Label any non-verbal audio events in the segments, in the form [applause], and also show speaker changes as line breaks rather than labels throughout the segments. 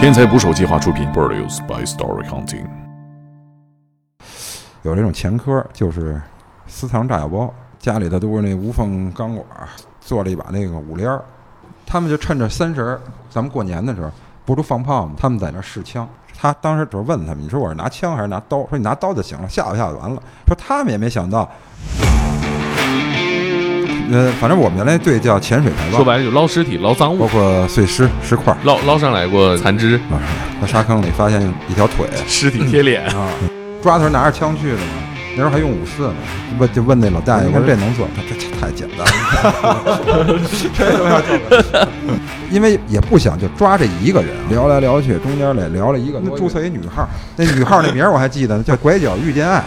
天才捕手计划出品，Produced by Story Hunting。
有这种前科，就是私藏炸药包，家里头都是那无缝钢管，做了一把那个五连儿。他们就趁着三十儿，咱们过年的时候，不都放炮吗？他们在那试枪。他当时就问他们：“你说我是拿枪还是拿刀？”说你拿刀就行了，吓唬吓唬完了。说他们也没想到，呃，反正我们原来队叫潜水排
说
湾，
白了就捞尸体、捞赃
包
物、
括碎尸、尸块儿。
捞捞上来过残肢、
啊，在沙坑里发现一条腿，
尸体贴脸。
嗯
啊，抓的时候拿着枪去的嘛，那时候还用五四呢。问就问那老大爷，我说这能做吗？这这太简单了， [laughs] 这都要做不了。因为也不想就抓这一个人啊，聊来聊去，中间得聊了一个多月，注册一女号，那女号那名儿我还记得呢，叫拐角遇见 [laughs] 爱。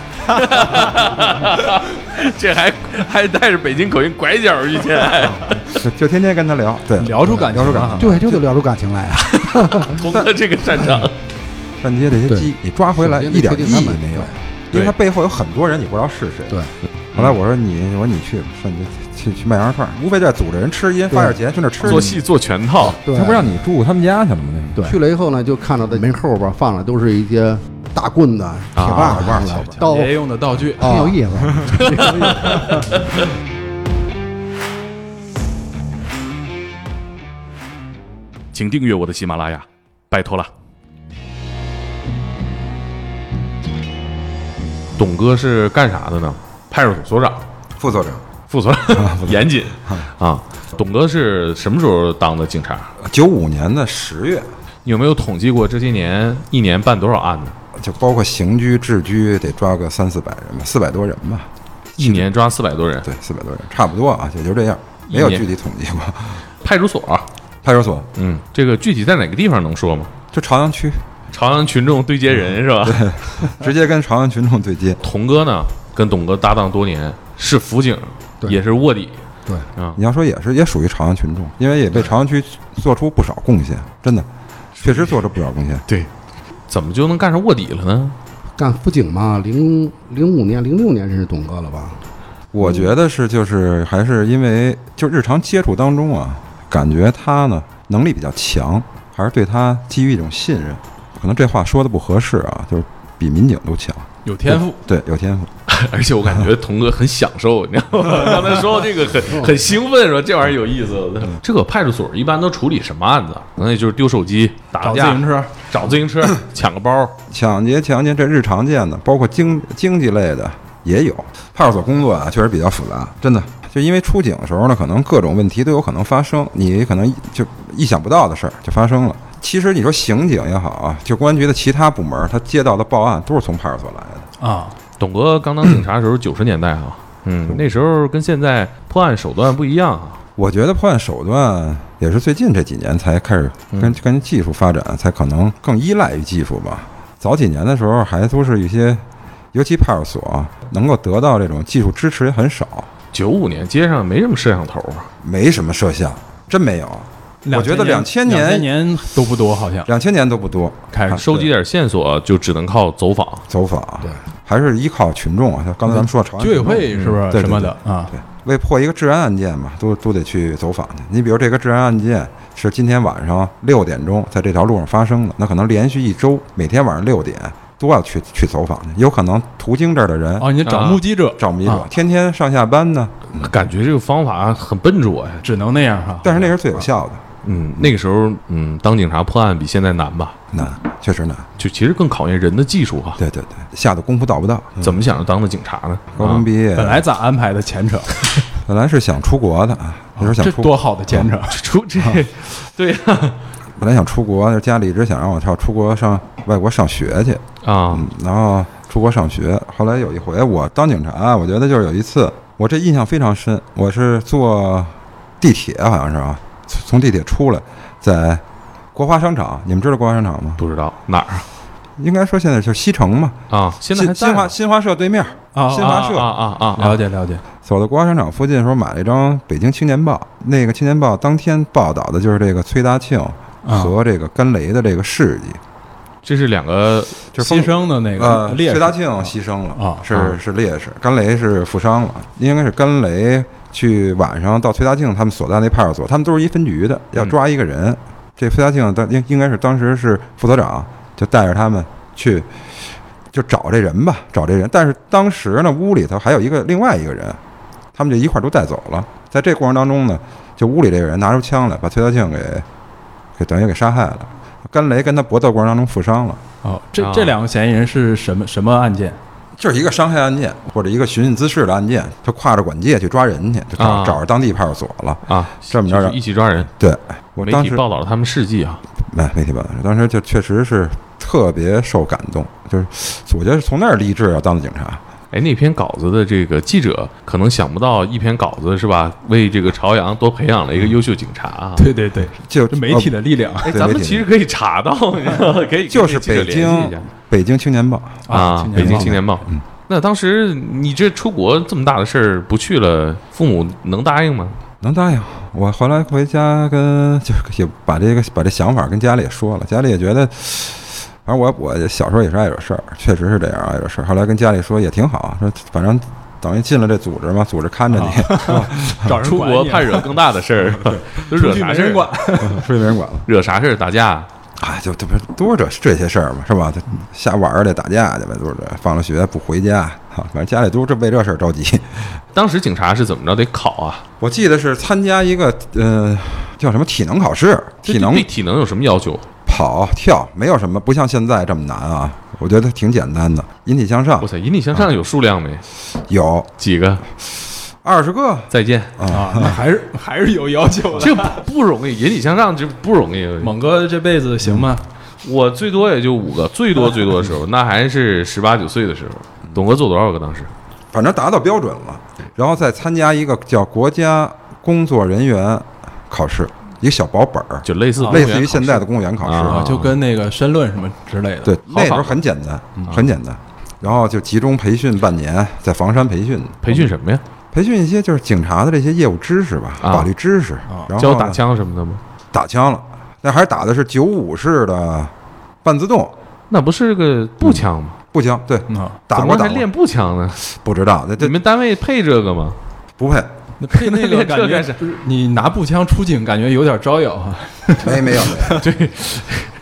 [laughs] 这还还带着北京口音，拐角遇见 [laughs] 爱，
就就天天跟他聊，对，
聊出感情
聊出
了
感
啊
情，
对，就得聊出感情来啊。
同了这个战场。
但这些这些
对
鸡，你抓回来
首先
一点
得
意
确定他
义
们
没有因
对，
为它背后有很多人，你不知道是谁。
对，
后来我说你，我说你去吧，说你去去去卖羊肉串儿，无非就是组织人吃，一人发点钱去那儿
嗯
吃。
做戏做全套，
对，
他不让你住他们家去了吗？那个
对去了以后呢，就看到在门口边放的都是一些大棍子、铁
啊
棒
铁
什
棒
么的
小
刀，
爷用的道具，
挺有意思。 [laughs]
请订阅我的喜马拉雅，拜托了。
董哥是干啥的呢？派出所所长、
副所长，
副所长，严谨啊。董哥是什么时候当的警察？
九五年的十月，
你有没有统计过这些年一年办多少案呢？
就包括刑拘、治拘，得抓个三四百人吧，四百多人吧，
一年抓四百多人，
对，四百多人，差不多啊，也就这样，没有
一年
具体统计过。
派出所，
派出所
嗯，这个具体在哪个地方能说吗？
就朝阳区， [laughs]
朝阳群众对接人是吧？
直接跟朝阳群众对接。
童哥呢，跟董哥搭档多年，是辅警，
对
也是卧底，
对
啊，
你要说也是，也属于朝阳群众，因为也为朝阳区做出不少贡献，真的，确实做出不少贡献。
怎么就能干上卧底了呢？
干辅警嘛，零零五年、零六年认识董哥了吧？
我觉得是，就是还是因为就日常接触当中啊，感觉他呢能力比较强，还是对他基于一种信任。可能这话说的不合适啊，就是比民警都强，
有天赋，
对，有天赋。
[laughs] 而且我感觉童哥很享受，你知道 [laughs] 吗？刚才说到这个很很兴奋，说这玩意儿有意思。这个派出所一般都处理什么案子？可能也就是丢手机、打
找自
架、
行、车，
找自行车、抢个包。
抢劫、强奸这日常见的，包括经经济类的也有。派出所工作啊，确实比较复杂，真的。就因为出警的时候呢，可能各种问题都有可能发生，你可能就意想不到的事儿就发生了。其实你说刑警也好啊，就公安局的其他部门，他接到的报案都是从派出所来的。
啊，
董哥刚当警察的时候，九十年代啊，嗯，那时候跟现在破案手段不一样啊。
我觉得破案手段也是最近这几年才开始跟跟技术发展，才可能更依赖于技术吧。早几年的时候，还都是一些，尤其派出所啊能够得到这种技术支持也很少，
九五年街上没什么摄像头啊，
没什么摄像，真没有。我觉得
两
2000年
年年都不多，好像
两千年都不多，
开始
啊
哎收集点线索就只能靠走访。
走访，对，还是依靠群众啊。像刚才咱们说朝阳
居委
群众
会是不是
嗯对对
什么的啊？
对，为破一个治安案件嘛，都都得去走访去。你比如这个治安案件是今天晚上六点钟在这条路上发生的，那可能连续一周，每天晚上六点都要去去走访去，有可能途经这儿的人
哦，你找目击者，
找迷
啊
者，天天上下班呢。
感觉这个方法很笨拙呀。
只能那样哈。
但是那是最有效的，
嗯，那个时候，嗯，当警察破案比现在难吧？
难，确实难。
就其实更考验人的技术啊。
对对对，下的功夫到不到？
怎么想着当的警察呢？
嗯高中
啊
毕业
本来咋安排的前程，
本来是想出国的啊，那时候想
这
出啊
多好的前程，啊
出这，对呀
本来想出国，家里一直想让我跳出国上外国上学去，
啊，
嗯，然后出国上学。后来有一回我当警察，我觉得就是有一次，我这印象非常深。我是坐地铁，好像是啊，从从地铁出来，在国华商场，你们知道国华商场吗？
不知道哪儿啊
应该说现在就是西城嘛，
啊？现在还
新
在
新华
吗
新华社对面，
啊
新
啊
华社
啊啊啊啊！
了解了解。
走到国华商场附近的时候，买了一张《北京青年报》，那个《青年报》当天报道的就是这个崔大庆
啊
啊
和这个甘雷的这个事迹。
这是两个
就是
牺牲的那
呃
个，烈士
薛大庆牺牲了
啊
是是烈士，甘雷是负伤了，应该是甘
嗯
雷去晚上到崔大庆他们所在那派出所，他们都是一分局的，要抓一个人，这傅家庆当应应该是当时是副所长，就带着他们去就找这人吧，找这人。但是当时呢，屋里头还有一个另外一个人，他们就一块儿都带走了。在这过程当中呢，就屋里这个人拿出枪来，把崔家庆给给等于给杀害了。甘雷跟他搏斗过程当中负伤了，
哦，这
啊
这两个嫌疑人是什么什么案件？
就是一个伤害案件或者一个寻衅滋事的案件，他跨着管界去抓人去，就找、
啊
找着当地派出所了。
啊，
这么着
就是一起抓人，
对我
媒
当
体
时
报道了他们事迹啊，
哎，媒体报道，当时就确实是特别受感动，就是我觉得是从那儿立志要当的警察。
哎，那篇稿子的这个记者可能想不到，一篇稿子是吧，为这个朝阳多培养了一个优秀警察啊。
对对对，
就
这媒体的力量
呃
哎，
对
咱
媒
们
体
其实可以查到，你知
[laughs]
道吗可以
就是
跟那
北
记者联系一
京
下
北京青年报，
啊，
年
北京
报
青年报。
嗯
那当时你这出国这么大的事儿不去了，父母能答应吗？
能答应我。后来回家跟就也把这个把这想法跟家里也说了，家里也觉得，反正我我小时候也是爱惹事儿，确实是这样爱惹事儿。后来跟家里说也挺好，说反正等于进了这组织嘛，组织看着你，
啊
[laughs]
找人
出
管
国
你啊
怕惹更大的事儿，
[laughs]
都惹
出去
啥
没
事
人
儿
管？
出去没人管了。
惹啥事儿？打架？
哎，就这不是都是这这些事儿嘛，是吧？就瞎玩儿去，打架去呗，都是这。放了学不回家，啊反正家里都是这为这事儿着急。
当时警察是怎么着？得考啊？
我记得是参加一个呃叫什么体能考试，体能啊
对体能有什么要求？
跑跳没有什么，不像现在这么难啊。我觉得挺简单的，引体向上
哇塞，引体向上有数量没？
有
几个？
二十个，
再见。
啊，那还是还是有要求的。
这不容易，引体向上这不容易。
猛哥这辈子行吗？
我最多也就五个，最多最多的时候，那还是十八九岁的时候。董哥做多少个？当时
反正达到标准了，然后再参加一个叫国家工作人员考试，一个小薄本儿，
就类似
啊类似于现在
的
的公务员考试。
啊
啊，就跟那个申论什么之类的。
对，那时
法啊
候很简单，很简单。然后就集中培训半年，在房山培训，
培训什么呀？
培训一些就是警察的这些业务知识吧，
啊
法律知识。然后
教
呢
打，枪什么的吗？
打枪了，那还打的是九五式的半自动
那不是个步枪吗？
步枪，对，
嗯啊，
打
怎
过
么
打
还
过
练步枪呢？
不知道，那
你
这
们单位配这个吗？
不配，
那配那个
练 [laughs] 这
感觉
干啥，
你拿步枪出警，感觉有点招摇啊。
没没有，没有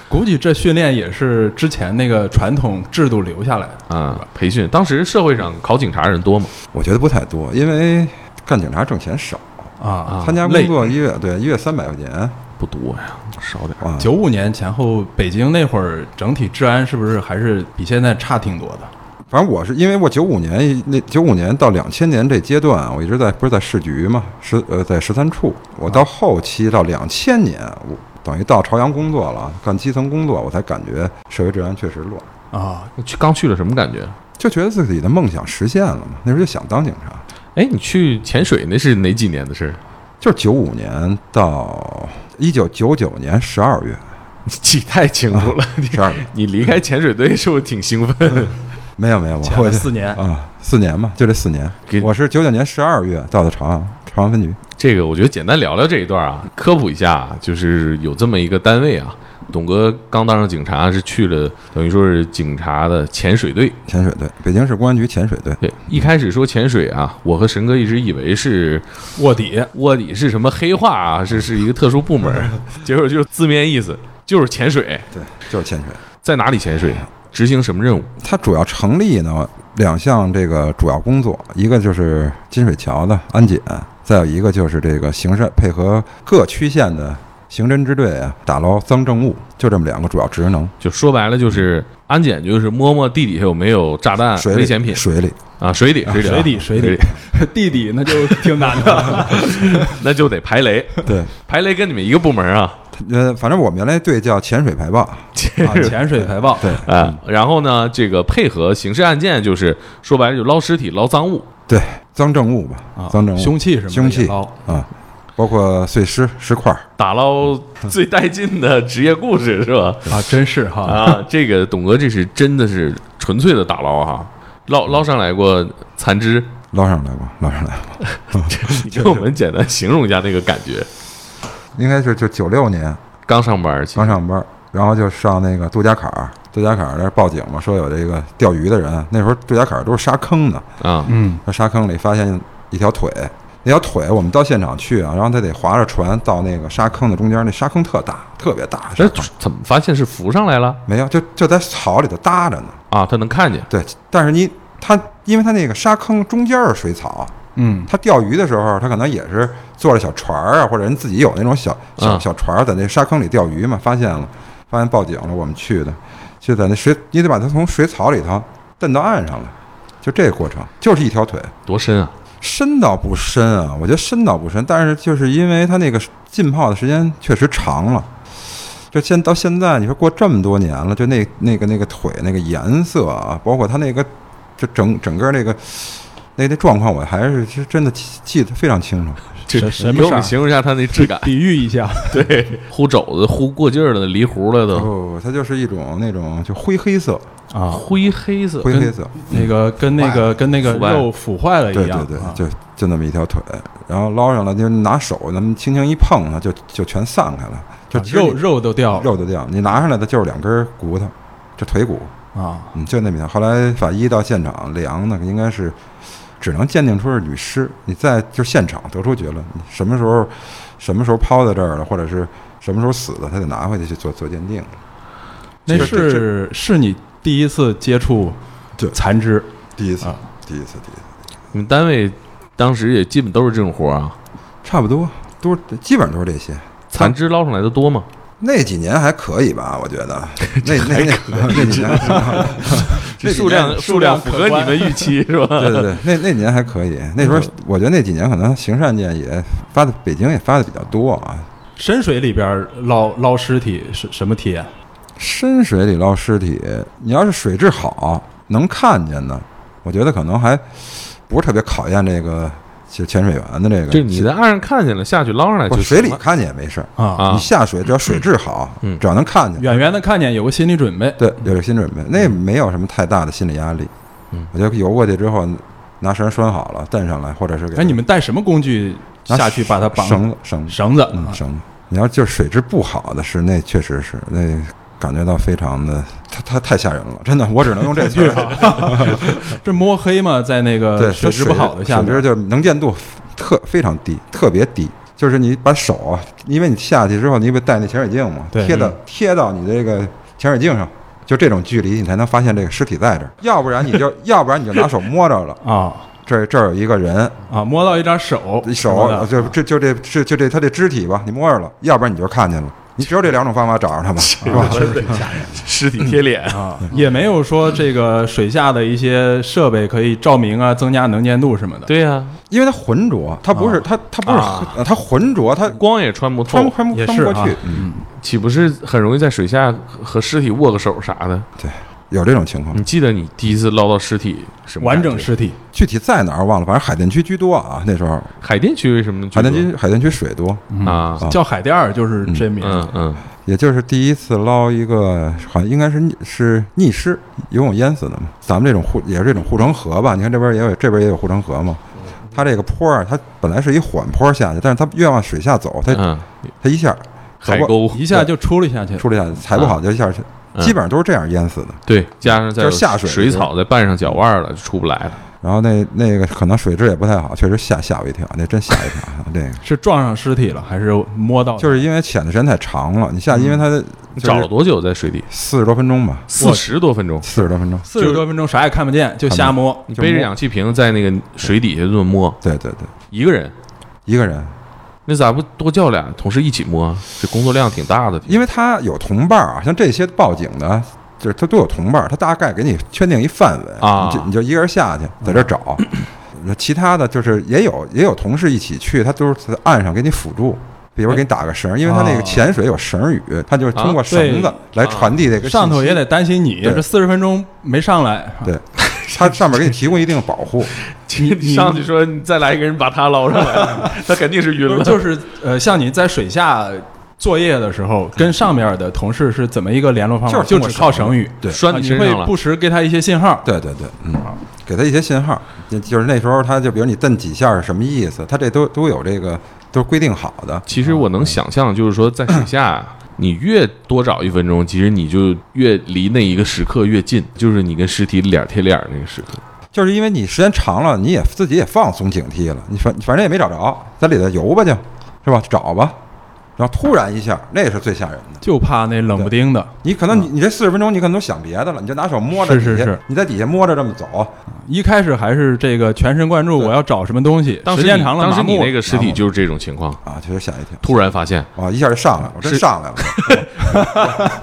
估计这训练也是之前那个传统制度留下来的。
啊，培训当时社会上考警察人多吗？
我觉得不太多，因为干警察挣钱少，
啊
参加工
累
作一月对一月三百块钱
不多呀，少点儿。
啊，
九五年前后，北京那会儿整体治安是不是还是比现在差挺多的？
反正我是因为我九五年那九五年到两千年这阶段，我一直在不是在市局嘛，十呃在十三处。我到后期到两千年，我等于到朝阳工作了，干基层工作，我才感觉社会治安确实乱，
啊，
去刚去了什么感觉？
就觉得自己的梦想实现了嘛。那时候就想当警察，
哎，你去潜水那是哪几年的事儿？ [laughs]
就是九五年到一九九九年十二月，
你记太清楚了。你
[laughs] 十二月
你离开潜水队是不是挺兴
[laughs]
奋？
没有没有，
前
我
了
我
四年
啊四年嘛，就这四年
给。
我是九九年十二月到的朝阳朝阳分局，
这个我觉得简单聊聊这一段啊，科普一下啊，就是有这么一个单位啊，董哥刚当上警察是去了，等于说是警察的潜水队。
潜水队，北京市公安局潜水队。
对，一开始说潜水啊，我和神哥一直以为是
卧底
卧底是什么黑化啊，是是一个特殊部
[laughs]
门儿，结果就是字面意思就是潜水，
对，就是潜水。
在哪里潜水，执行什么任务
它主要成立呢两项这个主要工作，一个就是金水桥的安检，再有一个就是这个刑侦配合各区县的刑侦支队啊打捞赃证物，就这么两个主要职能。
就说白了就是安检，就是摸摸地底下有没有炸弹、
水
危
里
险品 [laughs]
水里
啊，水底水底啊
水底水 [laughs] 底弟弟，那就挺难的。啊
那就得排
[laughs]
雷，
对，
排雷跟你们一个部门啊
呃，反正我们原来队叫潜水排爆，
啊潜水排爆，对
啊，然后呢，这个配合刑事案件就是说白了就捞尸体、捞赃物，
对，赃证物吧，
啊，
赃证物，
凶器什么的
凶器
也捞
啊，包括碎尸、石块儿，
打捞最带劲的职业故事是吧？
啊，真是哈，
啊，这个董哥这是真的是纯粹的打捞哈、捞捞上来过残 [laughs] 肢，
捞上来过，捞上来过，
你给我们简单形容一下那个感觉。
应该是就九六年，
刚上班儿去
刚上班儿，然后就上那个杜家坎儿，杜家坎儿那儿报警嘛，说有这个钓鱼的人。那时候杜家坎儿都是沙坑的，
啊，
嗯，
他沙坑里发现一条腿，那条腿我们到现场去啊，然后他得划着船到那个沙坑的中间，那沙坑特大，特别大，
哎这怎么发现是浮上来了
没有，就就在草里头搭着呢。
啊？他能看见
对，但是你他因为他那个沙坑中间是水草，
嗯，
他钓鱼的时候，他可能也是坐着小船儿啊，或者人自己有那种小小
嗯
小船儿在那沙坑里钓鱼嘛，发现了，发现报警了，我们去的，就在那水，你得把它从水草里头蹬到岸上来，就这个过程，就是一条腿，
多深啊？
深倒不深啊，我觉得深倒不深，但是就是因为它那个浸泡的时间确实长了，就现到现在，你说过这么多年了，就那那个那个腿那个颜色啊，包括它那个就整整个那个那那状况，我还是是真的记记得非常清楚。
这
什什么
给我
色
们
儿
形容一下它那质感
[laughs] 。比喻一下，
对，呼肘子呼过劲儿了，离糊了都，
哦，它就是一种那种就灰黑色，
啊，
灰黑色。
灰黑色，
那个跟那个跟那个
腐败
肉腐坏了
对
一
对
样，
对
啊，
就就那么一条腿，然后捞上来就拿手那么轻轻一碰它，就就全散开了，就
啊
其实你
肉肉都掉了
肉就掉，你拿上来的就是两根骨头，就腿骨，
啊，
嗯，就那米条。后来法医到现场量呢，应该是只能鉴定出是女尸。你在就现场得出结论，你什么时候什么时候抛在这儿了，或者是什么时候死的，他得拿回去去做做鉴定。
那
这这
是是你第一次接触
对
残肢，
第一次，
啊
第一次，第一次，
你们单位当时也基本都是这种活儿啊？
差不多都是基本上都是这些。
残肢捞上来的多吗？
那几年还可以吧，我觉 [laughs] 得那那那那几年还 [laughs] 可以，那几
数
年
量数量符合你们预期是 [laughs] 吧？
对对对，那那年还可以，那时候我觉得那几年可能刑事案件也发的，北京也发的比较多啊。
深水里边捞捞尸体是什么体验？
深水里捞尸体，你要是水质好，能看见的，我觉得可能还不是特别考验这个潜潜水员的这个。
就你在岸上看见了，下去捞上来
不
就
水
行
里 [laughs]
了
看见也没事儿，
啊，
啊
你下水只要水质好，
嗯
只要能看见，
远远的看见有个心理准备，
对，有这心理准备，那没有什么太大的心理压力。
嗯，
我觉得游过去之后，拿绳拴好了，蹬上来，或者是给
哎，你们带什么工具
拿
下去把它绑
绳子绳子
绳子
嗯，
啊
行。你要就是水质不好的是，那确实是那感觉到非常的，它它太吓人了，真的，我只能用这
[laughs]
句。
这摸黑嘛，在那
对，
个啊水质不好的下
水质
面，
就能见度特非常低，特别低。就是你把手啊，因为你下去之后，你不戴那潜水镜嘛，
对
贴到
嗯
贴到你这个潜水镜上，就这种距离你才能发现这个尸体在这儿，要不然你
[laughs]
就要不然你就拿手摸着了，
啊
这儿这儿有一个人，
啊，摸到一张手，
手啊
什么的啊
就这就这这就这他这肢体吧，你摸着了，要不然你就看见了。你只有这两种方法找着
[laughs]
他嘛，是吧？
尸体贴脸，
啊，
嗯
也没有说这个水下的一些设备可以照明啊，增加能见度什么的。
对呀，
因为他浑浊，他不是他他不是
啊
呃他浑浊，他
光也穿不
穿不
透，
穿不
也
穿不
是
过
啊
去，，
嗯，
岂不是很容易在水下和尸体握个手啥的？
嗯有这种情况
你。记得你第一次捞到尸体什么
完
感觉？
整尸体
具体在哪儿忘了，反正海淀区居多啊。那时候
海淀区为什么居
海
多？
淀区嗯海淀区水多，
啊，
叫海淀儿就是这名字
嗯嗯，
也就是第一次捞一个，好像应该是溺是溺尸，游泳淹死的嘛。咱们这种护也是这种护城河吧？你看这边也有，这边也有护城河嘛。
嗯
它这个坡啊，它本来是一缓坡下去，但是它越往水下走，它
嗯，
它一下走
海
不
沟
一下就出溜下去，
出来下去，踩不好就一下，
嗯
基本上都是这样淹死的。
对，加上再有
就是下水
水草在绊上脚腕儿了，就出不来了。
然后那那个可能水质也不太好，确实吓吓我一跳，那真吓一跳。那个
是撞上尸体了还是摸到的？
就是因为潜的时间太长了，你下
嗯
去因为它
找了多久在水底？
四十多分钟吧，
四十多分钟，
四十多分钟。
四十多分钟啥也看不见，就瞎摸。
你背着氧气瓶在那个水底下这么摸，
对对对，
一个人，
一个人，
那咋不多叫俩同事一起摸？这工作量挺大的。
因为他有同伴儿啊，像这些报警的，就是他都有同伴儿，他大概给你圈定一范围
啊
你就你就一个人下去，在这儿
[clears throat]
找。那其他的就是也有也有同事一起去，他都是在岸上给你辅助，比如给你打个绳儿，因为他那个
啊
潜水有绳语，他就是通过绳子
对啊
来传递这个信息
上头也得担心你，
对
这四十分钟没上来，
对，他上面给你提供一定的保护。
你你 [laughs] 上去说你再来一个人把他捞上
[laughs]
来，他肯定是晕
不是
了。
就是呃，像你在水下作业的时候，跟上面的同事是怎么一个联络方法？
就是
就
通过
只靠绳语，
对
拴
啊
你
你
身上
会
了
不时给他一些信号。
对对对，嗯，给他一些信号，就就是那时候他就比如你蹬几下是什么意思，他这都都有这个都是规定好的。
其实我能想象，就是说在 [clears throat] 水下，你越多找一分钟，其实你就越离那一个时刻越近，就是你跟尸体脸贴脸儿那个时刻。
就是因为你时间长了，你也自己也放松警惕了，你反反正也没找着，在里头游吧就是吧？找吧，然后突然一下，那是最吓人的。
就怕那冷不丁的，
你可能你你这四十分钟，你可能都想别的了，你就拿手摸着
是
底下，
嗯是是
你在底下摸着这么走，
一开始还是这个全神贯注，我要找什么东西，
当时
时
你
间长了
当时
麻
你
木
那个尸
麻
体
木
就是这种情况，
啊，确实吓一跳。
突然发现
啊，一下就上来了，我真
是
上来了，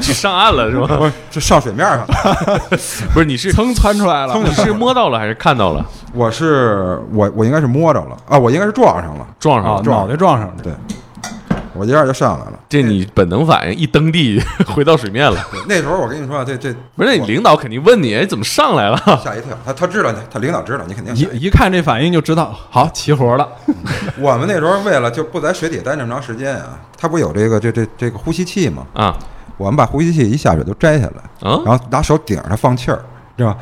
去 [laughs] 上岸了是吗？
[laughs]
不是这上水面上了。
[laughs] 不是，你是
噌窜出来了，
你是摸到了还是看到了？
我是我我应该是摸着了啊，我应该是撞上了，
撞上
啊，
了，
撞
脑袋撞上了，
对，我一下就上来了。
这你本能反应一蹬地 [laughs] 回到水面了。
那时候我跟你说啊，这这
不是，那你领导肯定问你，哎，怎么上来了？ [laughs]
吓一跳，他他知道你，他领导知道你肯定吓一跳。
一一看这反应就知道，好齐活了，
[laughs] 我们那时候为了就不在水底待那么长时间啊，他不有这个这这这个呼吸器吗？
啊
我们把呼吸器一下水都摘下来，
啊！
然后拿手顶着它放气儿，知道吧？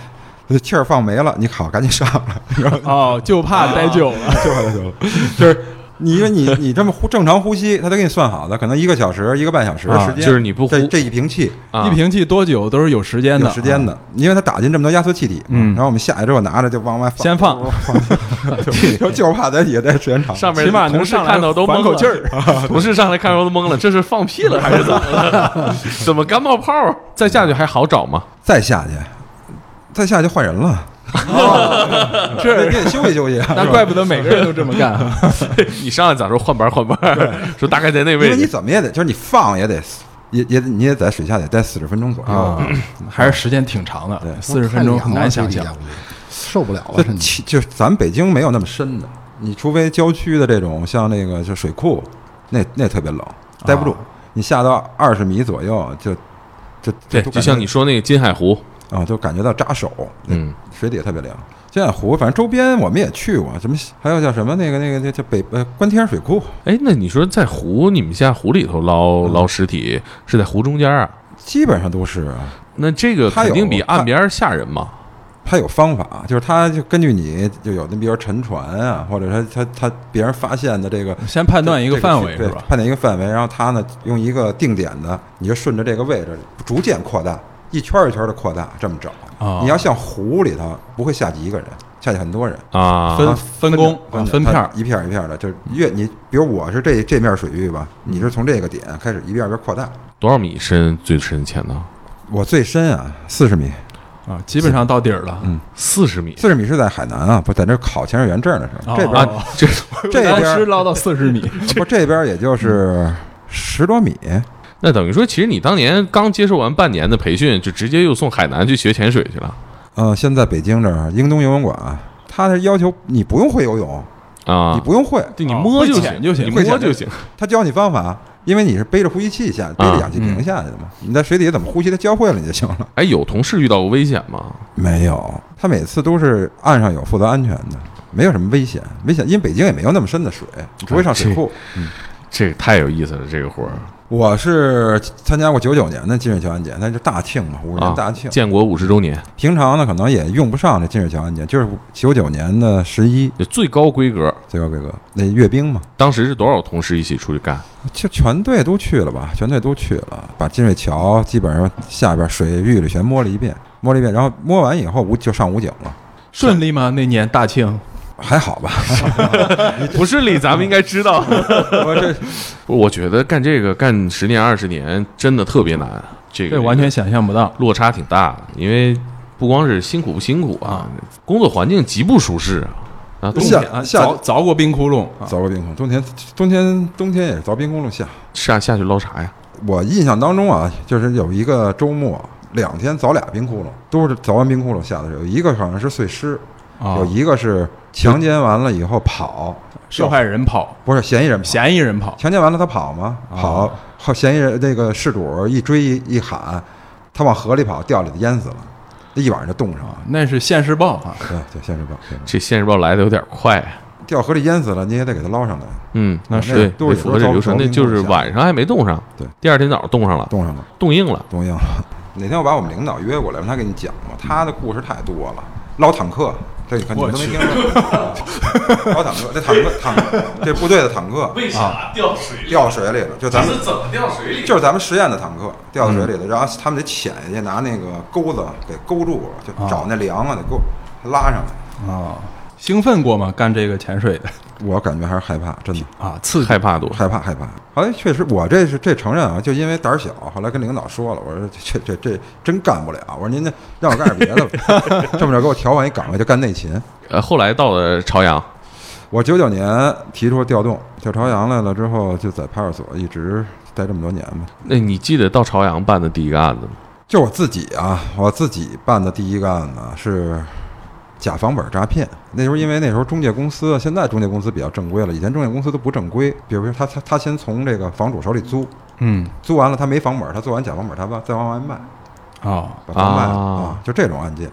这气儿放没了，你好，赶紧上来， [laughs] 然后
哦，就怕待久了，
啊就完了就完了就是你因为你你这么呼正常呼吸，他都给你算好的，可能一个小时一个半小时的时间，
啊就是你不呼
这这一瓶气
啊
[laughs] 一瓶气多久都是有时间
有
的，
时间
啊
嗯
的，因为它打进这么多压缩气体嘛，
嗯
然后我们下来之后拿着就往外放，
先放，
就就怕在底下待时间长，
上面
起码
同
能
事
上来
看到都
缓
懵
口
了
气儿，
[laughs] 同事上来看到都懵了，这是放屁了还是怎么了？怎么干冒泡啊儿？再下去还好找吗？
再下去，再下去换人了，
这
哦
[laughs] 你得休息休
[laughs]
息啊，
那怪不得每个人都这么干，
[laughs]
[laughs]
你上来咋说换班换班儿？说大概在那
因为
位
你
置，
怎么也得，就是你放也得，也也得你也在水下得待四十分钟左右。
啊
还是时间挺长的，四十分钟很难想象
太凉。了，受不了了，
这
身体
其就是咱北京没有那么深的，你除非郊区的这种，像那个就水库，那那特别冷，待不
啊
住。你下到二十米左右，就就
对，就
都感觉
像你说那个金海湖，
啊，就感觉到扎手，
嗯，
水底下特别凉。金海湖，反正周边我们也去过，什么还有叫什么那个那个那叫北呃官天水库，
哎，那你说在湖，你们下湖里头捞捞尸体是在湖中间啊？
基本上都是啊
那这个
它
肯
有
定比
它
岸边儿吓人嘛？
它有方法，就是它就根据你就有那比如沉船啊，或者他他他别人发现的这个
先判断一个
这
范围
对
是吧？
判断一个范围，然后他呢用一个定点的，你就顺着这个位置逐渐扩大，一圈儿一圈的扩大，这么找。
哦
你要像湖里头，不会下去一个人，下去很多人。
啊，
分
啊
分
着
工
分
啊
着
分片
它
儿
一片儿一片儿的，就是越你，比如我是这这面水域吧，你是从这个点开始一遍一遍扩大。
多少米深最深浅呢？
我最深啊，四十米，
啊，基本上到底儿了。
四十米
四十米是在海南啊，不在那儿考潜水员证的时候，
哦
这边
啊
儿
哦，
这
[laughs]
这边
当
儿
时捞到
[laughs]
四十米，
不，这边儿也就是十多米，
那等于说，其实你当年刚接受完半年的培训，就直接又送海南去学潜水去了
呃，现在北京这儿英东游泳馆，它是要求你不用会游泳，你
啊？
不用会，
对你
哦
摸
会
就
潜
行
就行
你
会
摸
潜
就
就
行。
他教你方法，因为你是背着呼吸器下，背着氧气
嗯
瓶下去的嘛。你在水底下怎么呼吸，他教会了你就行了。
哎，有同事遇到过危险吗？
没有，他每次都是岸上有负责安全的，没有什么危险。危险，因为北京也没有那么深的水，你不会上水库。
这太有意思了，这个活儿
我是参加过九九年的金水桥案件，那就大庆嘛，五十
啊
年！大庆。
建国五十周年，
平常呢，可能也用不上这金水桥案件，就是九九年的十一
就最高规格，
最高规格那阅兵嘛。
当时是多少同事一起出去干？
就全队都去了吧，全队都去了，把金水桥基本上下边水域里全摸了一遍，摸了一遍，然后摸完以后武就上武警了，
顺利吗？那年大庆
还好吧？
[laughs] 不是李，咱们应该知道。
我这
[laughs] 我觉得干这个干十年二十年真的特别难，这个
这完全想象不到。
落差挺大的，因为不光是辛苦不辛苦啊，工作环境极不舒适啊。啊，冬
下
天
啊
下
凿凿过冰窟窿啊，
凿过冰窟，冬天冬天冬天也是凿冰窟窿下。
下下去捞啥呀？
我印象当中啊，就是有一个周末两天凿俩冰窟窿，都是凿完冰窟窿下的，有一个好像是碎尸，
啊
有一个是强奸完了以后跑，
受害人跑，
不是嫌疑人跑
嫌疑人啊跑，
强奸完了他跑吗？跑，后嫌疑人那个事主一追一一喊，他往河里跑，掉里头淹死了，那一晚上就冻上了。
啊那是现世报啊。
对，对，现实报，现实报
这《现实报》来的有点快啊。
掉河里淹死了，你也得给他捞上来，
嗯，
那是
对，
都
得
是
符合这流程，
凿凿
那
冰
就是
洞下
晚上还没冻上，
对，
第二天早上冻上了，
冻上了，
冻硬了。
冻硬 [laughs] 了。哪天我把我们领导约过来，让他给你讲吧，他的故事太多了。捞坦克，这你看你们都没听过。捞坦克，这坦克坦克，这部队的坦克
为啥掉水
掉水里了，就咱们
怎么掉水里？
就是咱们实验的坦克掉到水里头，然后他们得潜下去拿那个钩子给勾住，就找那梁啊，得勾拉上来。
啊，兴奋过吗？干这个潜水的
我感觉还是害怕，真的
啊，刺激
害怕多。
害怕害怕。后来确实，我这是这承认啊，就因为胆儿小。后来跟领导说了，我说这这这真干不了。我说您这让我干点别的吧，这么着给我调换一岗位就干内勤。
呃，后来到了朝阳，
我九九年提出调动，就朝阳来了之后，就在派出所一直待这么多年嘛。
那你记得到朝阳办的第一个案子吗？
就我自己啊，我自己办的第一个案子啊是假房本诈骗。那时候因为那时候中介公司，现在中介公司比较正规了，以前中介公司都不正规。比如说他他他先从这个房主手里租，
嗯
租完了他没房本，他做完假房本，他再往外卖，
啊
把房卖了
啊
啊，就这种案件。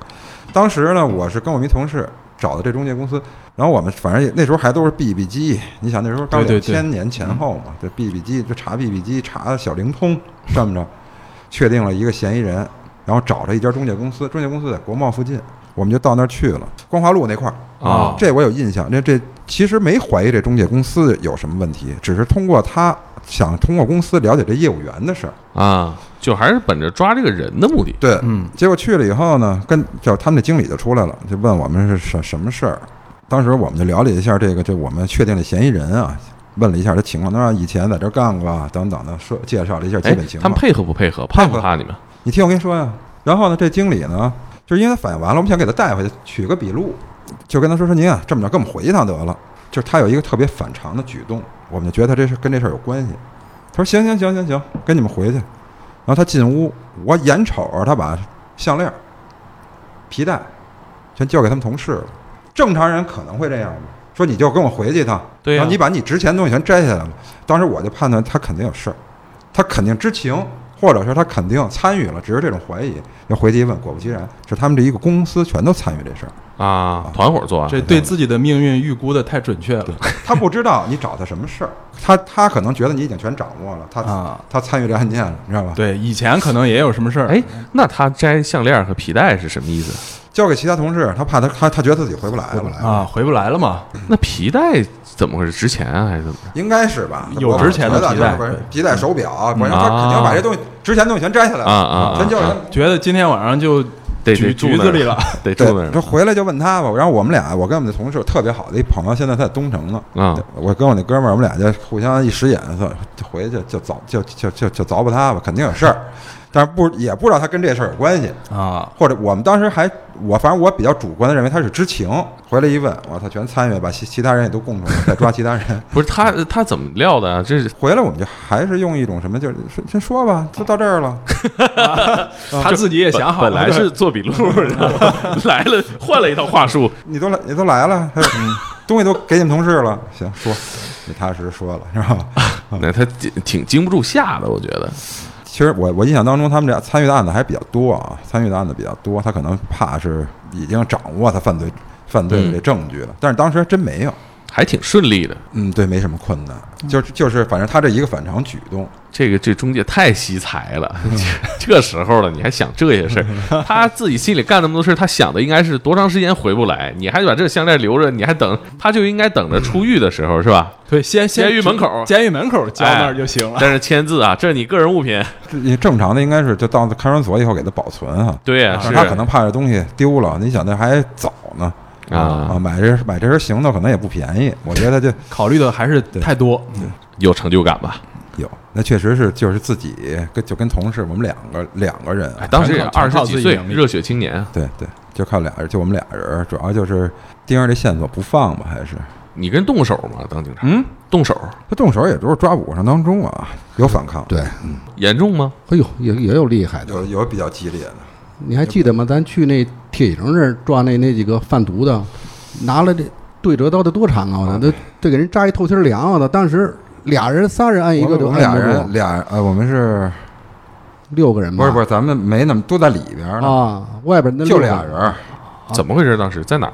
当时呢，我是跟我们一同事找的这中介公司，然后我们反正也那时候还都是 BB 机，你想那时候刚
对
两
对嗯对
千年前后嘛，这 BB 机就查 BB 机，查小灵通这么着，确定了一个嫌疑人，然后找了一家中介公司，中介公司在国贸附近，我们就到那儿去了，光华路那块儿
啊
这我有印象。这这其实没怀疑这中介公司有什么问题，只是通过他想通过公司了解这业务员的事儿。
啊，就还是本着抓这个人的目的。
对，
嗯
结果去了以后呢，跟就他们的经理就出来了，就问我们是什什么事儿。当时我们就了解一下这个，就我们确定的嫌疑人啊，问了一下他情况，他说以前在这儿干过啊，等等的，说介绍了一下基
哎
本情，
他
况
们。配合不配合？怕
配
不
合
怕你们？啊
你听我跟你说呀、然后呢，这经理呢，就是因为他反应完了，我们想给他带回去取个笔录，就跟他说说您啊，这么着跟我们回一趟得了。就是他有一个特别反常的举动，我们就觉得他这事跟这事儿有关系。他说行行行行行，跟你们回去。然后他进屋，我眼瞅着他把项链、皮带全交给他们同事了。正常人可能会这样吗？说你就跟我回去一趟，
对呀
然后你把你值钱的东西全摘下来了。当时我就判断他肯定有事儿，他肯定知情，或者是他肯定参与了，只是这种怀疑。要回去一问，果不其然，是他们这一个公司全都参与这事儿。
啊，团伙作案。
这对自己的命运预估的太准确了
他不知道你找他什么事儿，他他可能觉得你已经全掌握了，他、
啊！
他参与这案件了，你知道吧？
对，以前可能也有什么事儿，
哎，那他摘项链和皮带是什么意思？
交给其他同事，他怕他他他觉得自己回不来了，
回不来
啊，回不来了嘛，
那皮带怎么回事？值钱啊，还是怎么着？
应该是吧？
有
我
值钱的
觉得
皮带
就是不是皮带、手表，反正
啊
他肯定把这东西值钱的东西全摘下来了
啊啊啊
全交给他
啊
们。
觉得今天晚上就
得
局
得住
局
那
子
儿
里了，
得住那
对，
儿
就回来就问他吧。然后我们俩，我跟我们的同事特别好的一朋友，现在他在东城呢。
啊
我跟我那哥们儿，我们俩就互相一使眼色，就回去就早就就就就凿吧他吧，肯定有事儿，但是不也不知道他跟这事儿有关系，
啊。
或者我们当时还我反正我比较主观的认为他是知情，回来一问，我操，全参与，把其其他人也都供出来，再抓其他人。
不是他他怎么料的啊？这是
回来我们就还是用一种什么，就是说先说吧，就到这儿了，
他自己也想好了，
本来是做笔录
[laughs]
的，来了换了一套话术，
你都来你都来了，还有东西都给你们同事了，行说，你踏实实说了，是吧？
那他挺挺经不住吓的，我觉得
其实我我印象当中，他们这参与的案子还比较多啊，参与的案子比较多，他可能怕是已经掌握他犯罪犯罪的这证据了，但是当时还真没有，
还挺顺利的。
嗯，对，没什么困难，就是就是，反正他这一个反常举动，
这个这中介太惜才
[laughs]
了，这时候了你还想这些事儿？他自己心里干那么多事儿，他想的应该是多长时间回不来，你还把这项链留着，你还等，他就应该等着出狱的时候是
[laughs]
吧？
对，先先
监狱门口哎
监狱门口交那儿就行了。
但是签字啊，这是你个人物品，
你正常的应该是就到看守所以后给他保存啊，
对呀、
但
是
是他可能怕这东西丢了，你想那还早呢
啊，
啊，买这买这身行头可能也不便宜，我觉得就
考虑的还是太多，嗯
有成就感吧？
有，那确实是就是自己跟就跟同事我们两个两个人啊，
哎，当时也二
全
十
靠
几
自己
岁，
能力
热血青年啊。
对对，就靠俩人，就我们俩人，主要就是盯着这线索不放吧，还是
你跟动手吗？当警察？嗯，动手
他动手也都是抓捕过程当中啊，有反抗，
对，
严重吗？
哎呦，也也有厉害的。
有有比较激烈的，
你还记得吗？咱去那铁营那儿抓那那几个贩毒的，拿了这对折刀的多长啊！我操，这这给人扎一透心凉啊！我操，当时俩人仨人按一个就
我们
按
俩
不住啊
人俩呃，我们是
六个人吧
不是不是咱们没那么都在里边儿呢，
啊，外边那
就
六个
俩人儿，
怎么回事？当时在哪儿？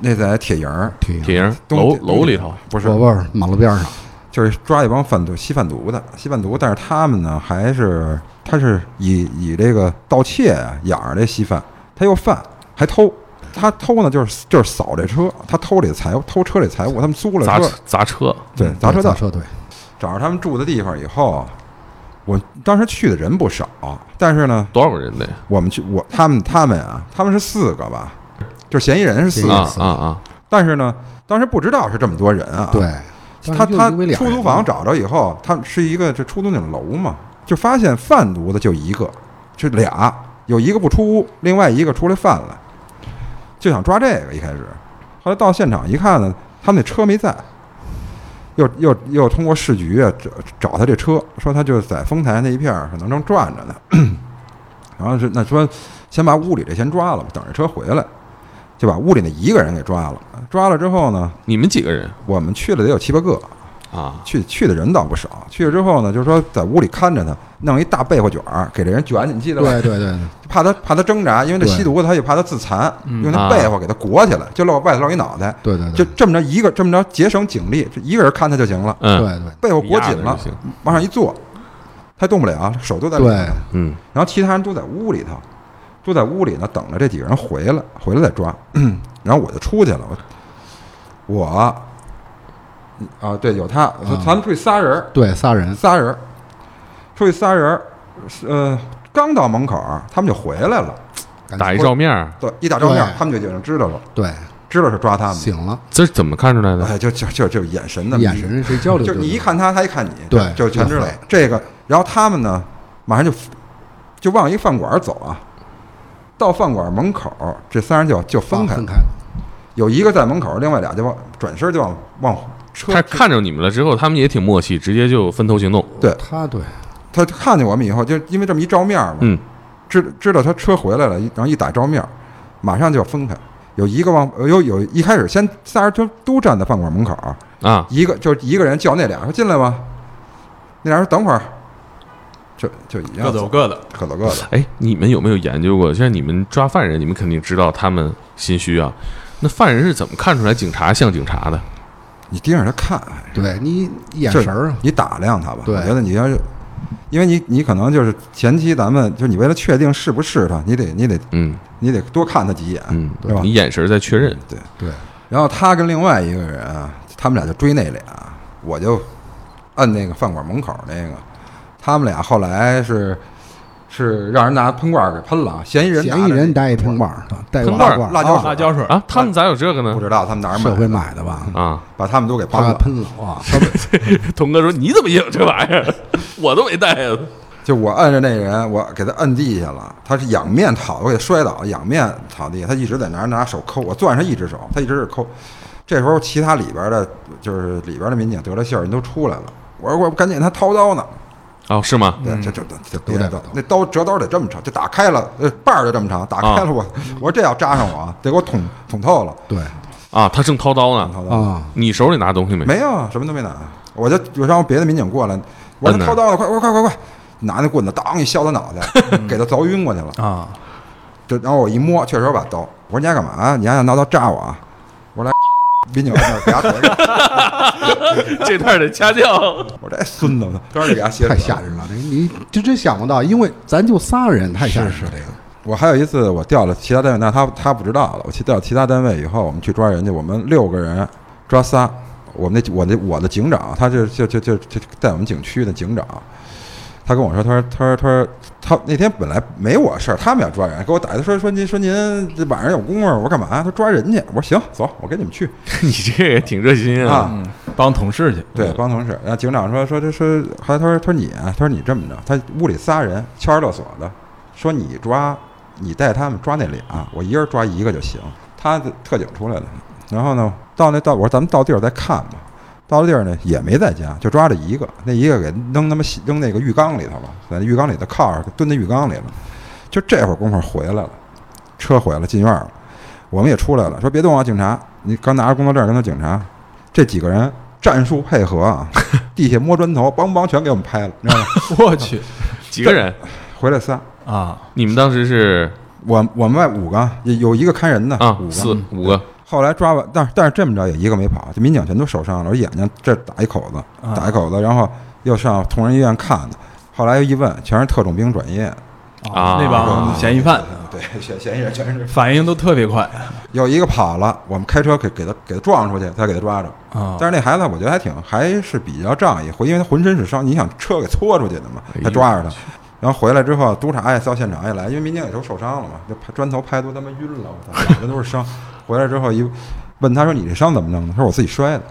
那在铁营儿
挺
铁营
东
楼
东
楼里头。
不是
火味儿马路边上，
就是抓一帮贩毒吸贩毒的吸贩毒，但是他们呢还是他是以以这个盗窃啊养着这吸贩，他又贩还偷。他偷呢，就是就是扫这车，他偷这财物，偷车里财物，他们租了
砸
车，
砸车，
对，砸车
对
道
嗯砸，车队，
找着他们住的地方以后，我当时去的人不少，但是呢，
多少个人的呀？
我们去我他们他们啊，他们是四个吧，就是嫌疑人是四
嫌疑
个
人，
啊啊啊！
但是呢，当时不知道是这么多人啊。，
对，
他
当时就
他
因为俩
出
人
租
嘛
房找着以后，他是一个这出租那种楼嘛，就发现贩毒的就一个，就俩，有一个不出屋，另外一个出来贩了，就想抓这个一开始，后来到现场一看呢，他们那车没在。又又又通过市局啊找找他这车，说他就在丰台那一片儿可能正转着呢， [clears throat] 然后是那说先把屋里这先抓了吧，等着车回来，就把屋里那一个人给抓了。抓了之后呢，
你们几个人
我们去了得有七八个，
啊？
去去的人倒不少。去了之后呢，就是说在屋里看着他，弄一大被窝卷儿给这人卷起，你记得吧？
对对对，
怕他怕他挣扎，因为这吸毒的他也怕他自残，用那被窝给他裹起来，就露外头露一脑袋，
对对对，
就这么着一个这么着节省警力，这一个人看他就行了，
对
嗯，
对
被窝裹紧
一样
了
的就行，
往上一坐，他动不了，手都在里头
对，
嗯，
然后其他人都在屋里头，都在屋里呢，等着这几个人回来，回来再抓。 [clears throat] 然后我就出去了，我我啊，对，有他，咱们出去仨人儿，
对仨人，
仨人儿，出去仨人儿，呃，刚到门口儿，他们就回来了，
感觉
打一照面儿，
对，一打照面儿
对，
他们就已经知道了，
对，
知道是抓他们的，
醒了，
这是怎么看出来的？
哎，就就就就眼神的
眼神谁交流？
就是你一，看他，他一看你，
对
就全知道这个。然后他们呢，马上就就往一饭馆走啊，到饭馆门口，这仨人就就分开
分
了，
开了，
有一个在门口，另外俩就往转身就往往车
他看着你们了之后，他们也挺默契，直接就分头行动。
对
他对
他看见我们以后，就因为这么一照面嘛，
嗯，
知知道他车回来了，然后一打照面，马上就要分开。有一个往有有一开始先仨人都都站在饭馆门口，
啊，
一个就一个人叫那俩说进来吧，那俩说等会儿，就就一样
各走各的，
各走各的。
哎，你们有没有研究过？像你们抓犯人，你们肯定知道他们心虚啊。那犯人是怎么看出来警察像警察的？
你盯着他看，
对，你眼
就是
神儿啊，
你打量他吧。
对
我觉得你要是，因为你你可能就是前期咱们就你为了确定是不是他，你得你得
嗯
你得多看他几眼，
嗯
对吧，
你？眼神在确认。
对。
对，
然后他跟另外一个人啊，他们俩就追那俩，我就摁那个饭馆门口那个，他们俩后来是是让人拿喷罐给喷了，嫌疑人拿
嫌疑
着
人
那
带一瓶罐儿，带一
喷
个
罐儿
罐儿
辣椒水
辣椒水
啊，他们咋有这个
不
呢？
知道他们哪儿
社
买
会
的，
买的吧？
嗯
啊，
把他们都给喷
他
了。
喷了啊哇！
[laughs] 童哥说：“你怎么也有这玩意儿？ [laughs] 我都没带啊呀。
就我摁着那人，我给他摁地下了，他是仰面躺，我给他摔倒，仰面躺地，他一直在那儿拿手抠，我攥上一只手，他一直是抠。这时候其他里边的，就是里边的民警得了信儿，人都出来了。我说我赶紧，他掏刀呢，”
哦，是吗？
对，这这这这别
都带
的
刀
那刀折刀得这么长，就打开了，呃，把儿就这么长，打开了我， [laughs] 我说这要扎上我啊，得给我捅捅透了，
对
啊，他正掏刀
捅
呢。
透了。
啊，
你手里拿东西没？
没有啊，什么都没拿，我就我让别的民警过来，我
摁那
说
儿
掏刀了，快快快快快，拿那棍子当一削他脑袋，给他凿晕过去了。
啊，
就然后我一摸，确实有把刀。我说你还干嘛呀？你还想拿刀炸我啊？我说来 [laughs] 民警在那儿给他腿
[laughs]
上，
这段得掐掉。
我说这哎孙子，当时给他歇
太吓人了，这你就真想不到，因为咱就仨人，太吓人了这个。
我还有一次，我调了其他单位，那他他不知道了。我去调其他单位以后，我们去抓人去，我们六个人抓仨。我们那我那我的警长，他就就就就就在我们景区的警长，他跟我说，他说他说他说他那天本来没我事儿，他们要抓人，给我打一说说您说您这晚上有功夫，我说干嘛？他说抓人去。我说行，走，我跟你们去
[laughs] 你这个也挺热心啊。
啊。
嗯，帮同事去，
对，帮同事。然后警长说说这说，还他说他说你啊，他说你这么着，他屋里仨人敲着勒索的，说你抓你带他们抓那俩，我一人抓一个就行。他的特警出来了，然后呢，到那到我说咱们到地儿再看吧。到了地儿呢也没在家，就抓着一个，那一个给扔他妈洗扔那个浴缸里头了，在那浴缸里头靠着蹲在浴缸里了。就这会儿功夫回来了，车回来了进院了，我们也出来了，说别动啊，警察，你刚拿着工作证跟他警察，这几个人战术配合
[laughs]
啊，地下摸砖头，梆梆全给我们拍了，你知道吗？
[laughs] 我去
几个人？
回来仨，
啊，
你们当时是
我我们外五个，啊有有一个看人的
啊
五，个。
四五个
后来抓完，但是但是这么着也一个没跑，这民警全都受伤了，我眼睛这打一口子，
啊
打一口子，然后又上同仁医院看的，后来又一问，全是特种兵转业，
啊
那帮嫌疑犯
对，嫌嫌疑人全是。
反应都特别快
有一个跑了，我们开车给给他给他撞出去，才给他抓着。
啊
但，是那孩子我觉得还挺还是比较仗义，因为他浑身是伤，你想车给搓出去的嘛，
哎呦
他抓着他。然后回来之后，督察也到现场也来，因为民警也都受伤了嘛，就拍砖头拍都他妈晕了，我 [laughs] 操，脑袋都是伤。回来之后一问他说：“你这伤怎么弄的？”他说：“我自己摔的。”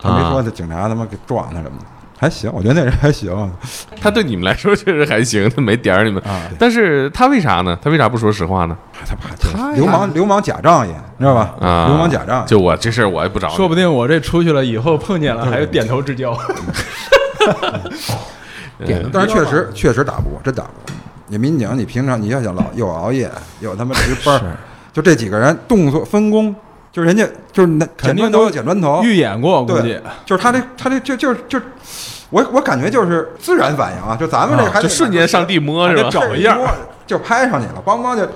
他没说这警察他妈给撞他什么的，还行，我觉得那人还行。
他对你们来说确实还行，他没点儿你们。但是他为啥呢？他为啥不说实话呢？
[laughs] 他怕他流氓流氓假仗义，你知道吧？
啊，
流氓假仗义。
就我这事儿我也不找你，
说不定我这出去了以后碰见了，还有点头之交。 [laughs] 嗯
点的
但是确实确实打不过，真打不过。你民警，你平常你要想老又熬夜，又他妈值班儿，就这几个人动作分工，就是人家就是那捡
肯定
砖
都
头捡砖头，
预演过，估计
对，就是他这他这就就是就是我我感觉就是自然反应啊，就咱们这
啊
还得
哦就瞬间上地摸是吧？
找一样
摸就拍上你了，梆梆就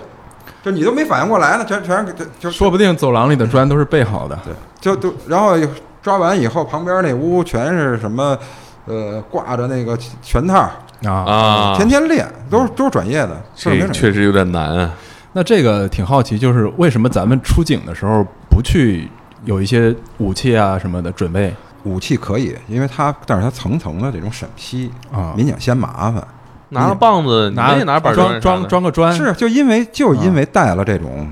就你都没反应过来呢，全全就就
说不定走廊里的砖都是备好的。
就都，然后抓完以后，旁边那屋全是什么，呃，挂着那个拳套
啊，
啊，
天天练，都是都是转业的，都是没
这
转业
确实有点难啊。
那这个挺好奇，就是为什么咱们出警的时候不去有一些武器啊什么的准备
武器可以，因为它但是它层层的这种审批，
啊？
民警嫌麻烦，
拿了棒子，你们也拿板
装装
装
装个砖
是就因为就因为带了这种，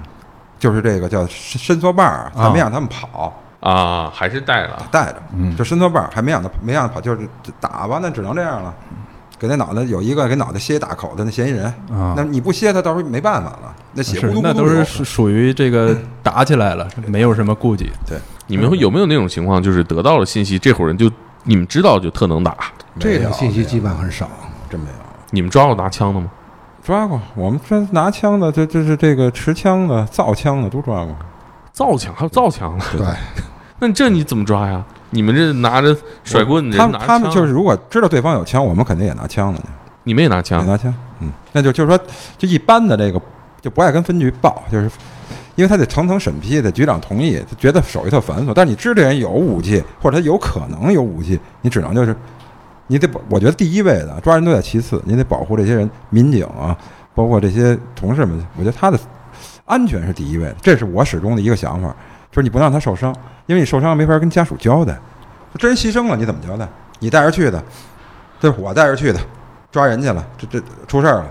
就是这个叫伸伸缩棒儿，还没让他们跑，
啊，还是带了
带着
嗯，
就伸缩棒儿还没让他没让他跑，就是打吧，那只能这样了。给那脑袋有一个给脑袋歇一大口的那嫌疑人，
啊
那。你不歇他，到时候没办法了，那血咕
是
嘟，咕
那
嘟
都
流
是属属于这个打起来了，没有什么顾忌。
你们会有没有那种情况，就是得到了信息，这伙人就你们知道就特能打，
这
没有
种信
没
息
有
基本很少。
真没有。
你们抓过拿枪的吗？
抓过，我们这拿枪的，这这是这个持枪的、造枪的都抓过。
造枪还有造枪
[laughs]
的，
对，
那这你怎么抓呀？你们这拿着甩棍子，
他
人
们
拿
他们
枪
就是如果知道对方有枪，我们肯定也拿枪的，
你们也拿
也
枪，
拿枪。嗯，那就就是说，就一般的这个就不爱跟分局报，就是因为他得层层审批，得局长同意，他觉得手续特繁琐。但是你知这人有武器，或者他有可能有武器，你只能就是你得保，我觉得第一位的抓人都在其次，你得保护这些人，民警啊，包括这些同事们，我觉得他的安全是第一位的，这是我始终的一个想法，就是你不能让他受伤，因为你受伤没法跟家属交代，真人牺牲了你怎么交代？你带着去的，对吧，我带着去的，抓人去了，这这出事儿了，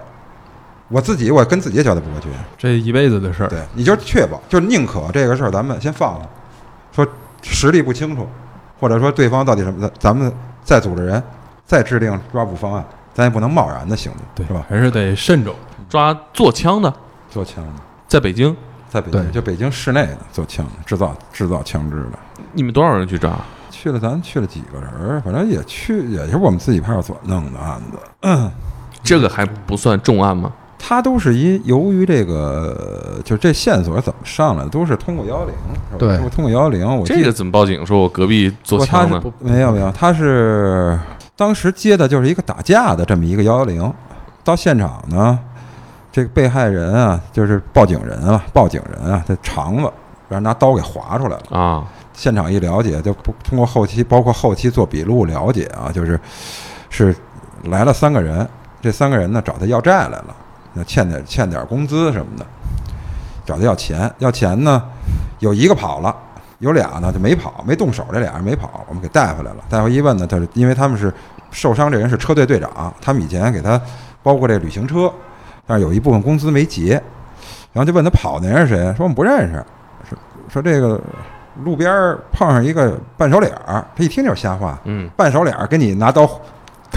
我自己我跟自己也交代不过去，
这一辈子的事儿，
对，你就是确保，就是宁可这个事儿咱们先放了，说实力不清楚，或者说对方到底什么，咱咱们再组织人，再制定抓捕方案，咱也不能贸然的行动，
对
是吧？
还是得慎重。
抓做枪的，
做枪的，
在北京，
在北
对
京就北京市内的做枪的，制造制造枪支的，
你们多少人去抓？
去了咱去了几个人儿，反正也去，也是我们自己派出所弄的案子。
这个还不算重案吗？
它都是因由于这个，就是这线索怎么上来的，都是通过幺零，是吧
对
通过幺零，我记得
这个怎么报警？说我隔壁做
不，他
枪
是
呢？
不没有没有，他是当时接的就是一个打架的这么一个幺幺零，到现场呢，这个被害人啊，就是报警人啊，报警人啊，这肠子让人拿刀给划出来了。
啊，
现场一了解，就不通过后期，包括后期做笔录了解啊，就是是来了三个人，这三个人呢找他要债来了，那欠点欠点工资什么的，找他要钱，要钱呢，有一个跑了，有俩呢就没跑，没动手，这俩人没跑，我们给带回来了。带回一问呢，他是因为他们是受伤，这人是车队队长，他们以前给他包括这旅行车，但是有一部分工资没结，然后就问他跑那人是谁，说我们不认识，说说这个路边儿碰上一个半手脸儿，他一听就是瞎话，
嗯，
半手脸儿给你拿刀， [laughs]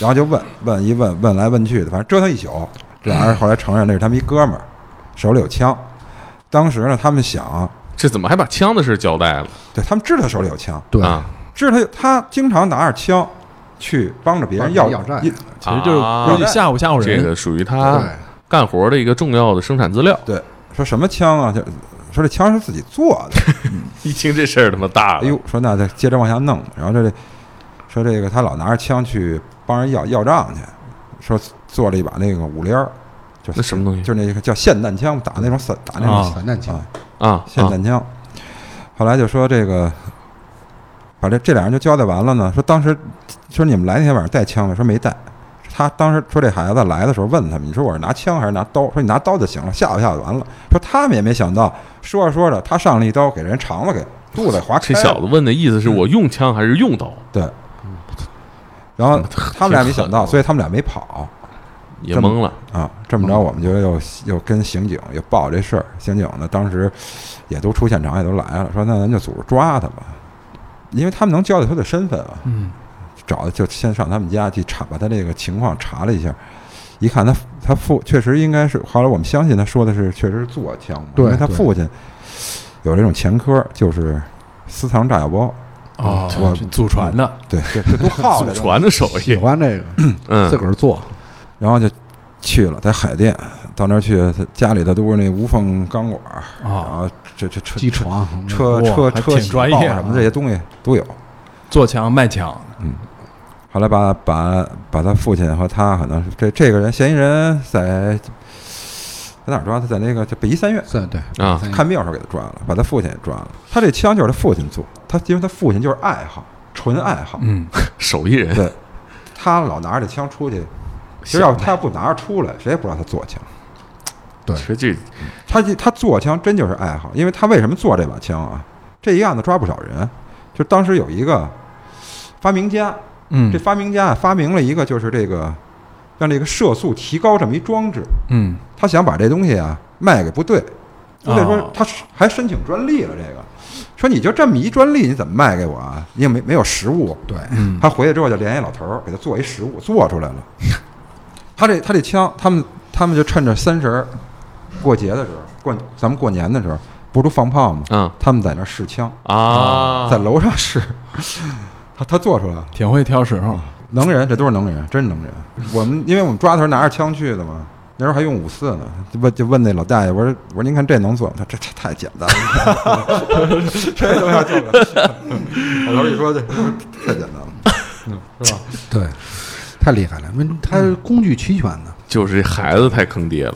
然后就问问一问问来问去的，反正折腾一宿。这俩人后来承认那是他们一哥们儿，手里有枪。当时呢，他们想，
这怎么还把枪的事交代了？
对他们知道他手里有枪，
对，
啊，
知道他他经常拿着枪去帮着别人要
帮着要债
一
其实就是
啊
估计吓唬吓唬
这
人。
个属于
对
他干活的一个重要的生产资料。
对说什么枪啊？就说这枪是自己做的。
[laughs] 一听这事儿他妈大
哎
了，
呦，说那再接着往下弄，然后这说这个他老拿着枪去帮人要要账去，说做了一把那个五连儿，就是
那什么东西
就是那个叫霰弹枪，打那种散打那种
啊
散弹枪
啊，
啊
霰弹枪。后来就说这个，把这这俩人就交代完了呢。说当时说你们来那天晚上带枪吗？说没带。他当时说这孩子来的时候问他们，你说我是拿枪还是拿刀？说你拿刀就行了，吓唬吓唬完了。说他们也没想到，说着说着他上了一刀，给人肠子给肚子给划
这
开了。
小子问的意思是我用枪还是用刀？
对，然后他们俩没想
挺
到，
狠
所以他们俩没跑
也懵了，
啊。这
嗯
么着，我们就又又跟刑警又报这事儿。刑警呢，当时也都出现场，也都来了，说那咱就组织抓他吧，因为他们能交代他的身份啊。
嗯，
找就先上他们家去查，把他这个情况查了一下，一看他他父确实应该是，后来我们相信他说的是确实是坐枪嘛，
对
因为他
对
父亲有这种前科，就是私藏炸药包，
哦
我，
祖传的，
对，这这都耗
祖
着，
传的手
喜
艺，
欢这个，
嗯
自，个儿做，
然后就去了，在海淀到那儿去，他家里的都是那无缝钢管，然
啊，
后这这车
机床，哎
车
哇
车
还
车
挺专业
铣
啊
什么这些东西都有。
做墙卖墙，
后来把把把他父亲和他可能是这这个人嫌疑人在在哪儿抓？他在那个就北医三院
对对
啊
看病的时候给他抓了，把他父亲也抓了。他这枪就是他父亲做，他因为他父亲就是爱好，纯爱好。
嗯，
[laughs] 手艺人
对，他老拿着这枪出去，
嗯
其实要他要不拿着出来，谁也不知道他做枪。
对
其实这
他这他做枪真就是爱好，因为他为什么做这把枪啊？这一案子抓不少人，就当时有一个发明家，
嗯
这发明家啊发明了一个就是这个让这个射速提高这么一装置，
嗯，
他想把这东西啊卖给部队，部队
哦
说他还申请专利了，这个说你就这么一专利，你怎么卖给我啊？你也没没有实物。
对，
他回去之后就联系老头儿，给他做一实物，做出来了。 [laughs] 他这他这枪，他们他们就趁着三十儿过节的时候，过咱们过年的时候，不是都放炮吗？
嗯
他们在那儿试枪，
啊
在，楼上试，他他做出来了。
挺会挑时候，
能人，这都是能人，真能人。我们因为我们抓的时候拿着枪去的嘛，那时候还用五四呢，就问就问那老大爷，我说我说您看这能做吗？他说这这太简单了， [laughs] 这都要做不了。老头一说这太简单了，
对，太厉害了，因为他工具齐全的，
就是这孩子太坑爹了。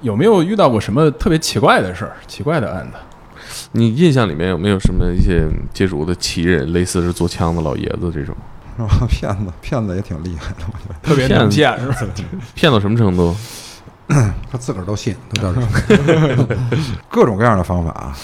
有没有遇到过什么特别奇怪的事儿、奇怪的案子？
你印象里面有没有什么一些接触的奇人，类似是做枪的老爷子这种，
是吧？ [laughs] 骗子骗子也挺厉害的，我觉得
特别
骗
能
子
见是吧？
骗到什么程度？
他自个儿都信，都叫什么？
各种各样的方法啊，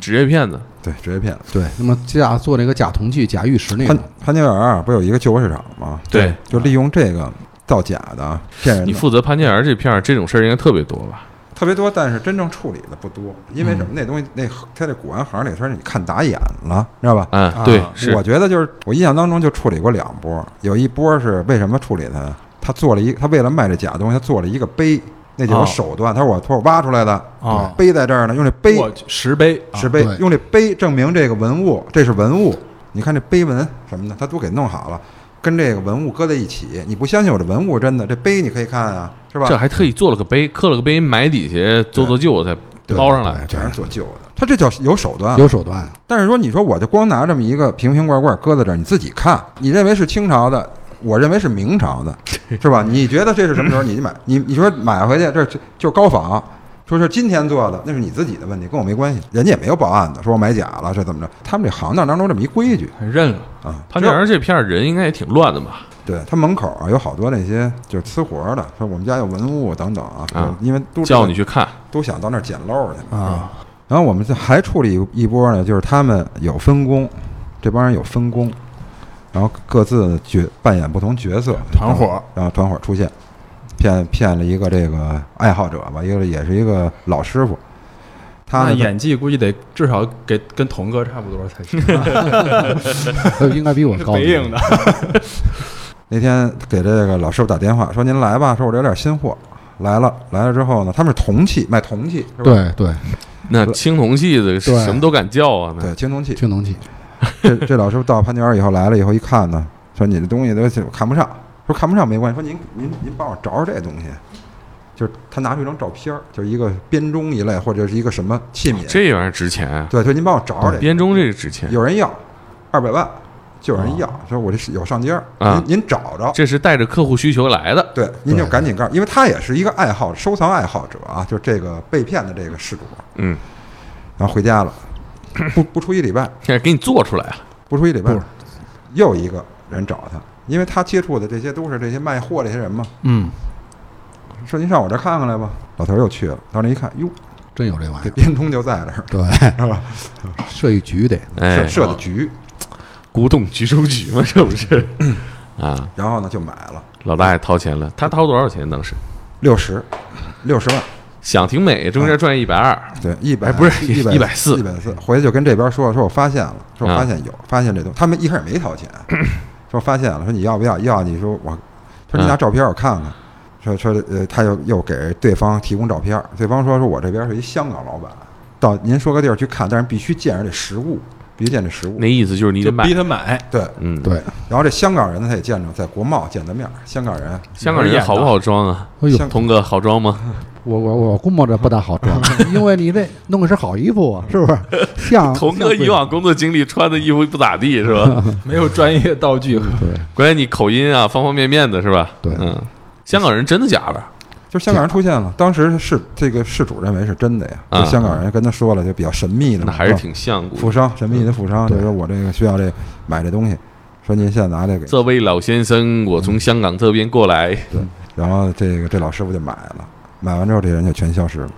职业骗子
对，职业骗子。
对，那么假做那个假铜器、假玉石那
潘
个，
潘家园儿不有一个旧货市场吗？
对，
就利用这个造假的骗人
你
的
负责潘家园这片儿，这种事儿应该特别多吧？
特别多，但是真正处理的不多，因为什么？那东西那他这古玩行那事儿，你看打眼了，知道吧？
嗯，对，是
我觉得就是我印象当中就处理过两波，有一波是为什么处理他？他做了一，他为了卖这假东西，他做了一个碑，那就是手段。他说我托我挖出来的，
哦
碑在这儿呢，用这碑
我去石碑，啊
石碑
对，
用这碑证明这个文物，这是文物。你看这碑文什么的，他都给弄好了，跟这个文物搁在一起。你不相信我这文物真的？这碑你可以看啊，是吧？
这还特意做了个碑，刻了个碑，埋底下做做旧才
对
捞上来。
对
全是做旧的，他这叫有手段啊。
有手段，
但是说，你说我就光拿这么一个瓶瓶罐罐搁在这儿，你自己看，你认为是清朝的，我认为是明
[laughs]
朝的，是吧？你觉得这是什么时候？你就买， [coughs] 你你说买回去，这这就是高仿，说是今天做的，那是你自己的问题，跟我没关系。人家也没有报案的，说我买假了，这怎么着？他们这行当当中这么一规矩
还认了，
啊，
潘家园这片儿人应该也挺乱的吧？
对他门口啊有好多那些就是呲活儿的，说我们家有文物等等啊，
啊
因为都知道
叫你去看，
都想到那儿捡漏去啊。然后我们这还处理一一波呢，就是他们有分工，这帮人有分工，然后各自角扮演不同角色，
团伙
然
儿
后，然后团伙出现，骗骗了一个这个爱好者吧，一个也是一个老师傅，他
那
呢
演技估计得至少给跟童哥差不多才行，
他应该比我高。
北影的，
那天给这个老师傅打电话说：“您来吧，说我这有点新货。”来了，来了之后呢，他们是铜器，卖铜器，是吧？
对对，
那青铜器的
对
什么都敢叫啊！那
对，青铜器。
青铜器，
这这老师傅到潘家园以后来了以后一看呢，说你这东西都看不上，说看不上没关系，说您您您帮我找找这东西，就是他拿出一张照片儿，就是一个编钟一类或者是一个什么器皿，
这玩意儿值钱啊，
对，说您帮我找找这个，
编钟这个值钱，
有人要二百万，就有人要，说我这是有上街儿，
哦啊
您您找着。
这是带着客户需求来的。
对，您就
对
赶紧告诉，因为他也是一个爱好收藏爱好者啊，就是这个被骗的这个事主，
嗯，
然后回家了，不不出一礼拜，
这给你做出来啊，
不出一礼拜
不是，
又一个人找他，因为他接触的这些都是这些卖货这些人嘛，
嗯，
说您上我这儿看看来吧。老头儿又去了，到那一看，哟，
真有这玩意
这
儿。
编钟就在这儿，
对，
是吧？
[laughs] 设一局得
哎，
设设的局，
古董局收局嘛，这不是？啊，
然后呢就买了
老大爷掏钱了，他掏多少钱当时？
六十，六十万，
想挺美，中
啊
间赚一百二，
对，一百
哎不是
一
一百四啊
一百四，回去就跟这边说，说我发现了，说我发现有，发现这东西，他们一开始没掏钱，说发现了，说你要不要？要你说我，说你拿
嗯
照片我看看，说说呃，他又又给对方提供照片，对方说说我这边是一香港老板，到您说个地儿去看，但是必须见着这实物，必须见这实物
那，意思 [laughs] 就是你
就
得买
逼，他买，
对，
嗯，
对，
然后这香港人呢，他也见着，在国贸见的面儿，香港人，
香港人好不好装啊？
哎呦，
香
童哥好装吗？
我我我估摸着不大好装，因为你这弄的是好衣服啊，是啊不是？
[laughs]
像
童哥
像贵
以往工作经历穿的衣服不咋地是
[laughs]
吧？
没有专业道具，
对
关键你口音啊，方方面面的是吧？
对
嗯，香港人真的假的？
就香港人出现了，当时是这个事主认为是真的呀，
啊
就香港人跟他说了，就比较神秘的
那
嘛，
还是
吧
挺像的。
富商神秘的富商，就说我这个需要这买这东西，说您现在拿这个，
这位老先生，我从香港这边过来，
然后这个这老师傅就买了，买完之后这人就全消失了，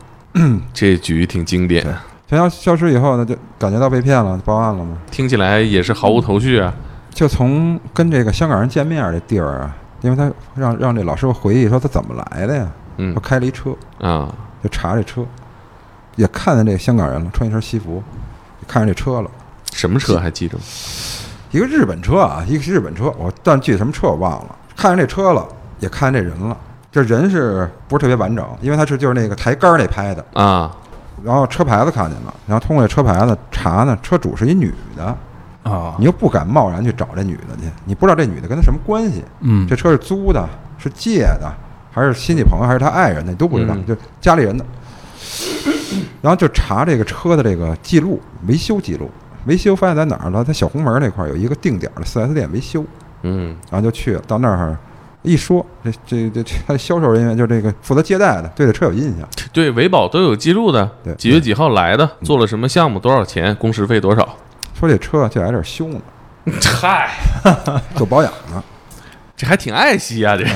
这局挺经典，
全消消失以后呢，就感觉到被骗了，报案了嘛，
听起来也是毫无头绪啊。
就从跟这个香港人见面这地儿啊，因为他让让这老师傅回忆说他怎么来的呀，
嗯
他开了一车，
啊，
就查这车，也看见这香港人了，穿一身西服，也看见这车了。
什么车还记着吗？
一个日本车啊，一个是日本车，我但具体什么车我忘了。看见这车了，也看见这人了。这人是不是特别完整？因为他是就是那个抬杆儿那拍的，
啊，
然后车牌子看见了，然后通过这车牌子查呢，车主是一女的，
啊，
你又不敢贸然去找这女的去，你不知道这女的跟他什么关系，
嗯
这车是租的，是借的，还是亲戚朋友，还是他爱人的，你都不知道，
嗯
就家里人的。 [coughs] 然后就查这个车的这个记录，维修记录，维修发现在哪儿了？在小红门那块儿有一个定点的 4S 店维修，
嗯，
然后就去了，到那儿一说，这这这这他的销售人员就这个负责接待的，对这车有印象，
对，维保都有记录的，
对
几月几号来的，做了什么项目，多少钱，工时费多少。
说这车就在这儿修呢，
嗯嗨，
做保养呢，
这还挺爱惜啊，这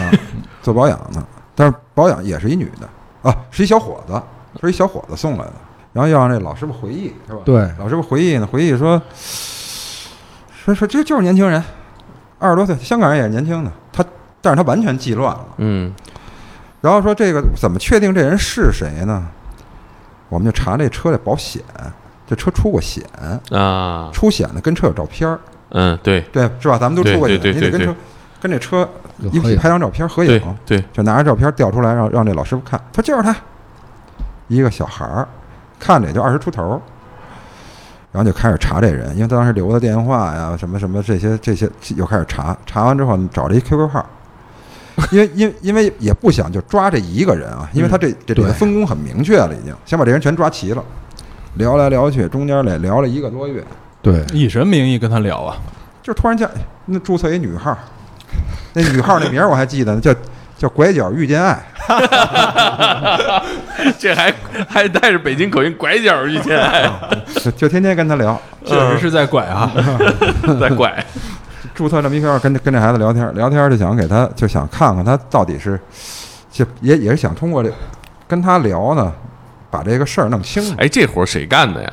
做保养呢，但是保养也是一女的啊，是一小伙子，是一小伙子送来的，然后要让这老师傅回忆是吧？
[laughs] 对
老师傅回忆呢，回忆说，说说这就是年轻人，二十多岁，香港人也是年轻的，他但是他完全记乱了，
嗯
然后说这个怎么确定这人是谁呢？我们就查这车的保险，这车出过险，
啊，
出险的跟车有照片儿，
嗯，对
对是吧？咱们都出过
对
险，
对对
你得跟
对
车跟这车
有
一
合
起
影
拍张照片合
对
影。
[laughs] 对，
就拿着照片调出来，让让这老师傅看，他就是他，一个小孩儿，看着也就二十出头儿，然后就开始查这人，因为他当时留的电话呀，什么什么这些这些，又开始查，查完之后找了一 QQ 号，因为因为因为也不想就抓这一个人啊，因为他这这里
对
的分工很明确了，已经想把这人全抓齐了，聊来聊去，中间也聊了一个多月，
对
以什么名义跟他聊啊？
就突然间哎那注册一女号，那女号那名儿我还记得呢，叫叫拐角遇见爱。
这还还带着北京口音拐角遇
[laughs]
见
哎
爱，
就 [laughs] 就天天跟他聊，
确实是在拐啊，
在拐，
注册这么一票，跟跟这孩子聊天，聊天就想给他，就想看看他到底是，就也也是想通过这跟他聊呢，把这个事儿弄清楚。
哎，这活儿谁干的呀？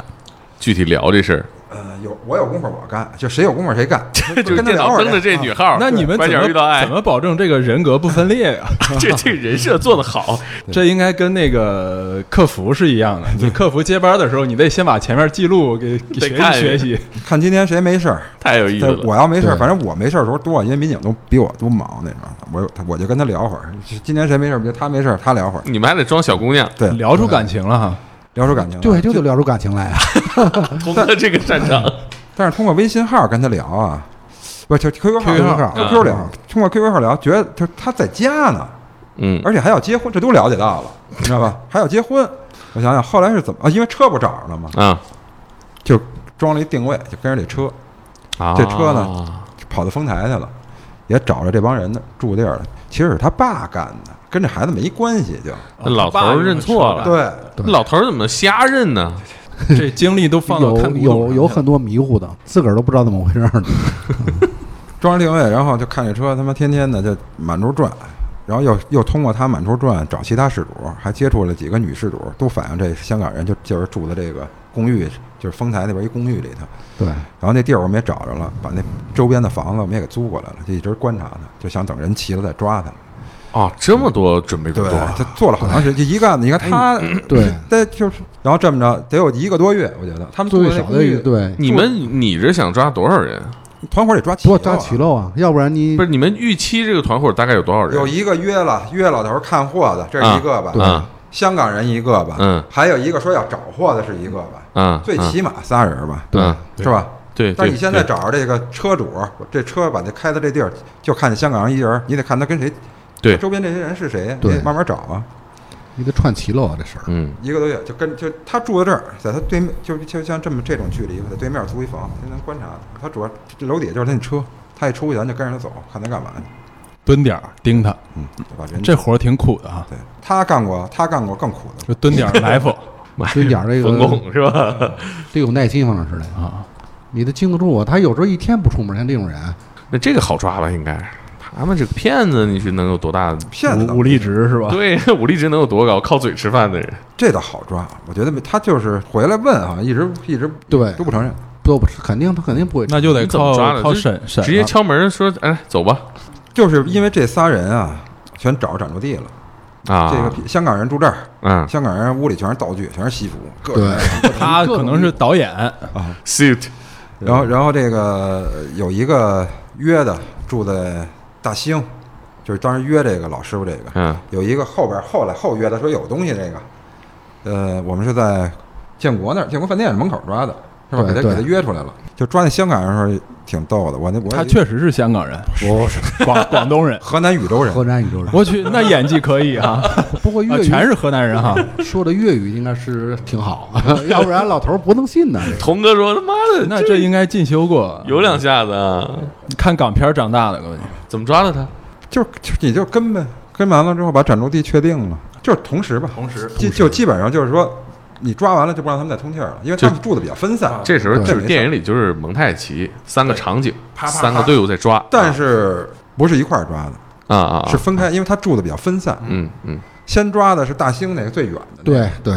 具体聊这事儿，
呃，有我有功夫我干，就谁有功夫谁干，
这就是
跟他
电
聊
脑
会儿啊
登着这女号，
[laughs] 那你们
[laughs] 拐
怎
角遇到
么
爱
怎，么保证这个人格不分裂呀、
[laughs] 这这人设做的好，
这应该跟那个客服是一样的。你客服接班的时候，你得先把前面记录给给
得
学
看
习学习。
看今天谁没事儿。
太有意思哎
但
了。
我要没事儿，
对
反正我没事儿的时候多，啊因为民警都比我都忙那种。我有我就跟他聊会儿，今天谁没事儿，他没事儿，他聊会儿，
你们还得装小姑娘，
对，
聊出感情了哈，
聊出感情来。
对，就得聊出感情来啊！
通哥这个擅
[laughs]
长，
但是通过微信号跟他聊啊，不就 QQ 号
QQ 号
QQ 聊，通过 QQ 号聊，觉得他他在家呢，
嗯，
而且还要结婚，这都了解到了，你知道吧？还要结婚，我想想后来是怎么啊？因为车不找着了嘛，
啊
就装了一定位，就跟着这车
啊，
这车呢？就跑到丰台去了，也找着这帮人的住地儿了。其实是他爸干的，跟这孩子没关系就，
那老头儿认错了，
对，
对
老头儿怎么瞎认呢？
这精力都放到
有
看古董上
有
去
有很多迷糊的，自个儿都不知道怎么回事儿呢。
装上定位，然后就看这车他妈天天的就满处转，然后又又通过他满处转找其他事主，还接触了几个女事主，都反映这香港人就就是住的这个公寓，就是丰台那边一公寓里头。
对，
然后那地儿我们也找着了，把那周边的房子我们也给租过来了，就一直观察他，就想等人齐了再抓他。
哦，这么多准备工作啊，
他做了好长时间，就一个案子，你看他，
对，
[laughs] 他就是，然后这么着得有一个多月，我觉得他们
最
做
少的一个嗯对，
你们你这想抓多少人？
团伙得抓齐
不
了，
过抓起漏啊，要不然你
不是你们预期这个团伙大概有多少人？
有一个约了约老头看货的，这是一个吧？
对
啊
香港人一个吧，
嗯，
还有一个说要找货的是一个吧，
啊，
最
啊
起码仨人吧，
对
啊
是吧？
对，
但
对
是你现在
对
找着这个车主，这车把这开到这地儿，就看见香港人一人，你得看他跟谁，
对
周边这些人是谁，你
对
得慢慢找啊。
你得串齐漏啊，这事儿。
嗯，
一个多月就跟就他住在这儿，在他对面，就就像这么这种距离，在对面租一房，天天观察他。他主要这楼底下就是他那车，他一出去咱就跟着他走，看他干嘛去。
蹲点儿盯他，
嗯，对吧？人
这活儿挺苦的哈，啊
对他干过，他干过更苦的。
就蹲点儿来福
哎
蹲点儿
[laughs]
这
分
个
工是吧？
得有耐心，反正是得，
啊，
你得经得住啊。他有时候一天不出门，像这种人，
那这个好抓吧？应该他们这个骗子，你是能有多大？
[laughs] 骗子倒
武武力值是吧？
对，武力值能有多高？靠嘴吃饭的人，
这倒好抓，啊我觉得没他就是回来问啊，一直一直
对
都不承认。
都不是肯定他肯定不会。
那就得
你怎么
靠
抓的
靠
就
审审啊
直
啊
接
了
敲门说：“哎，走吧。
就是因为这仨人啊，全找着展住地了。”
啊，
这个香港人住这儿，
嗯
香港人屋里全是道具，全是西服，各种
对，
他可能是导演，
，suit
然后，然后这个呃有一个约的住在大兴，就是当时约这个老师傅这个，
嗯
有一个后边后来后约的说有东西这个，呃，我们是在建国那儿建国饭店门口抓的，是吧？给
对
他
对
给他约出来了，就抓那香港人的时候挺逗的，我那我
他确实是香港人，
不是。
广广东人
[laughs] 河南禹州人，
河南语洲人，
我去，那演技可以啊，
不过
啊
粤语
全是河南人哈。
说的粤语应该是挺
[laughs]
好，要不然老头儿不能信呢。
童哥说：“他妈的，
那这应该进修过，
有两下子啊，
看港片儿长大的，各位
怎么抓的他？
就就你就跟呗，跟完了之后把展出地确定了，就是同时吧，同时就就基本上就是说你抓完了就不让他们再通气儿了，因为他们住的比较分散，
这时候就是
没
电影里就是蒙太奇，三个场景，三个队伍在抓，
但是不是一块儿抓的。
啊啊，啊
是分开，因为他住的比较分散。
嗯嗯
先抓的是大兴那个最远的，，
对对，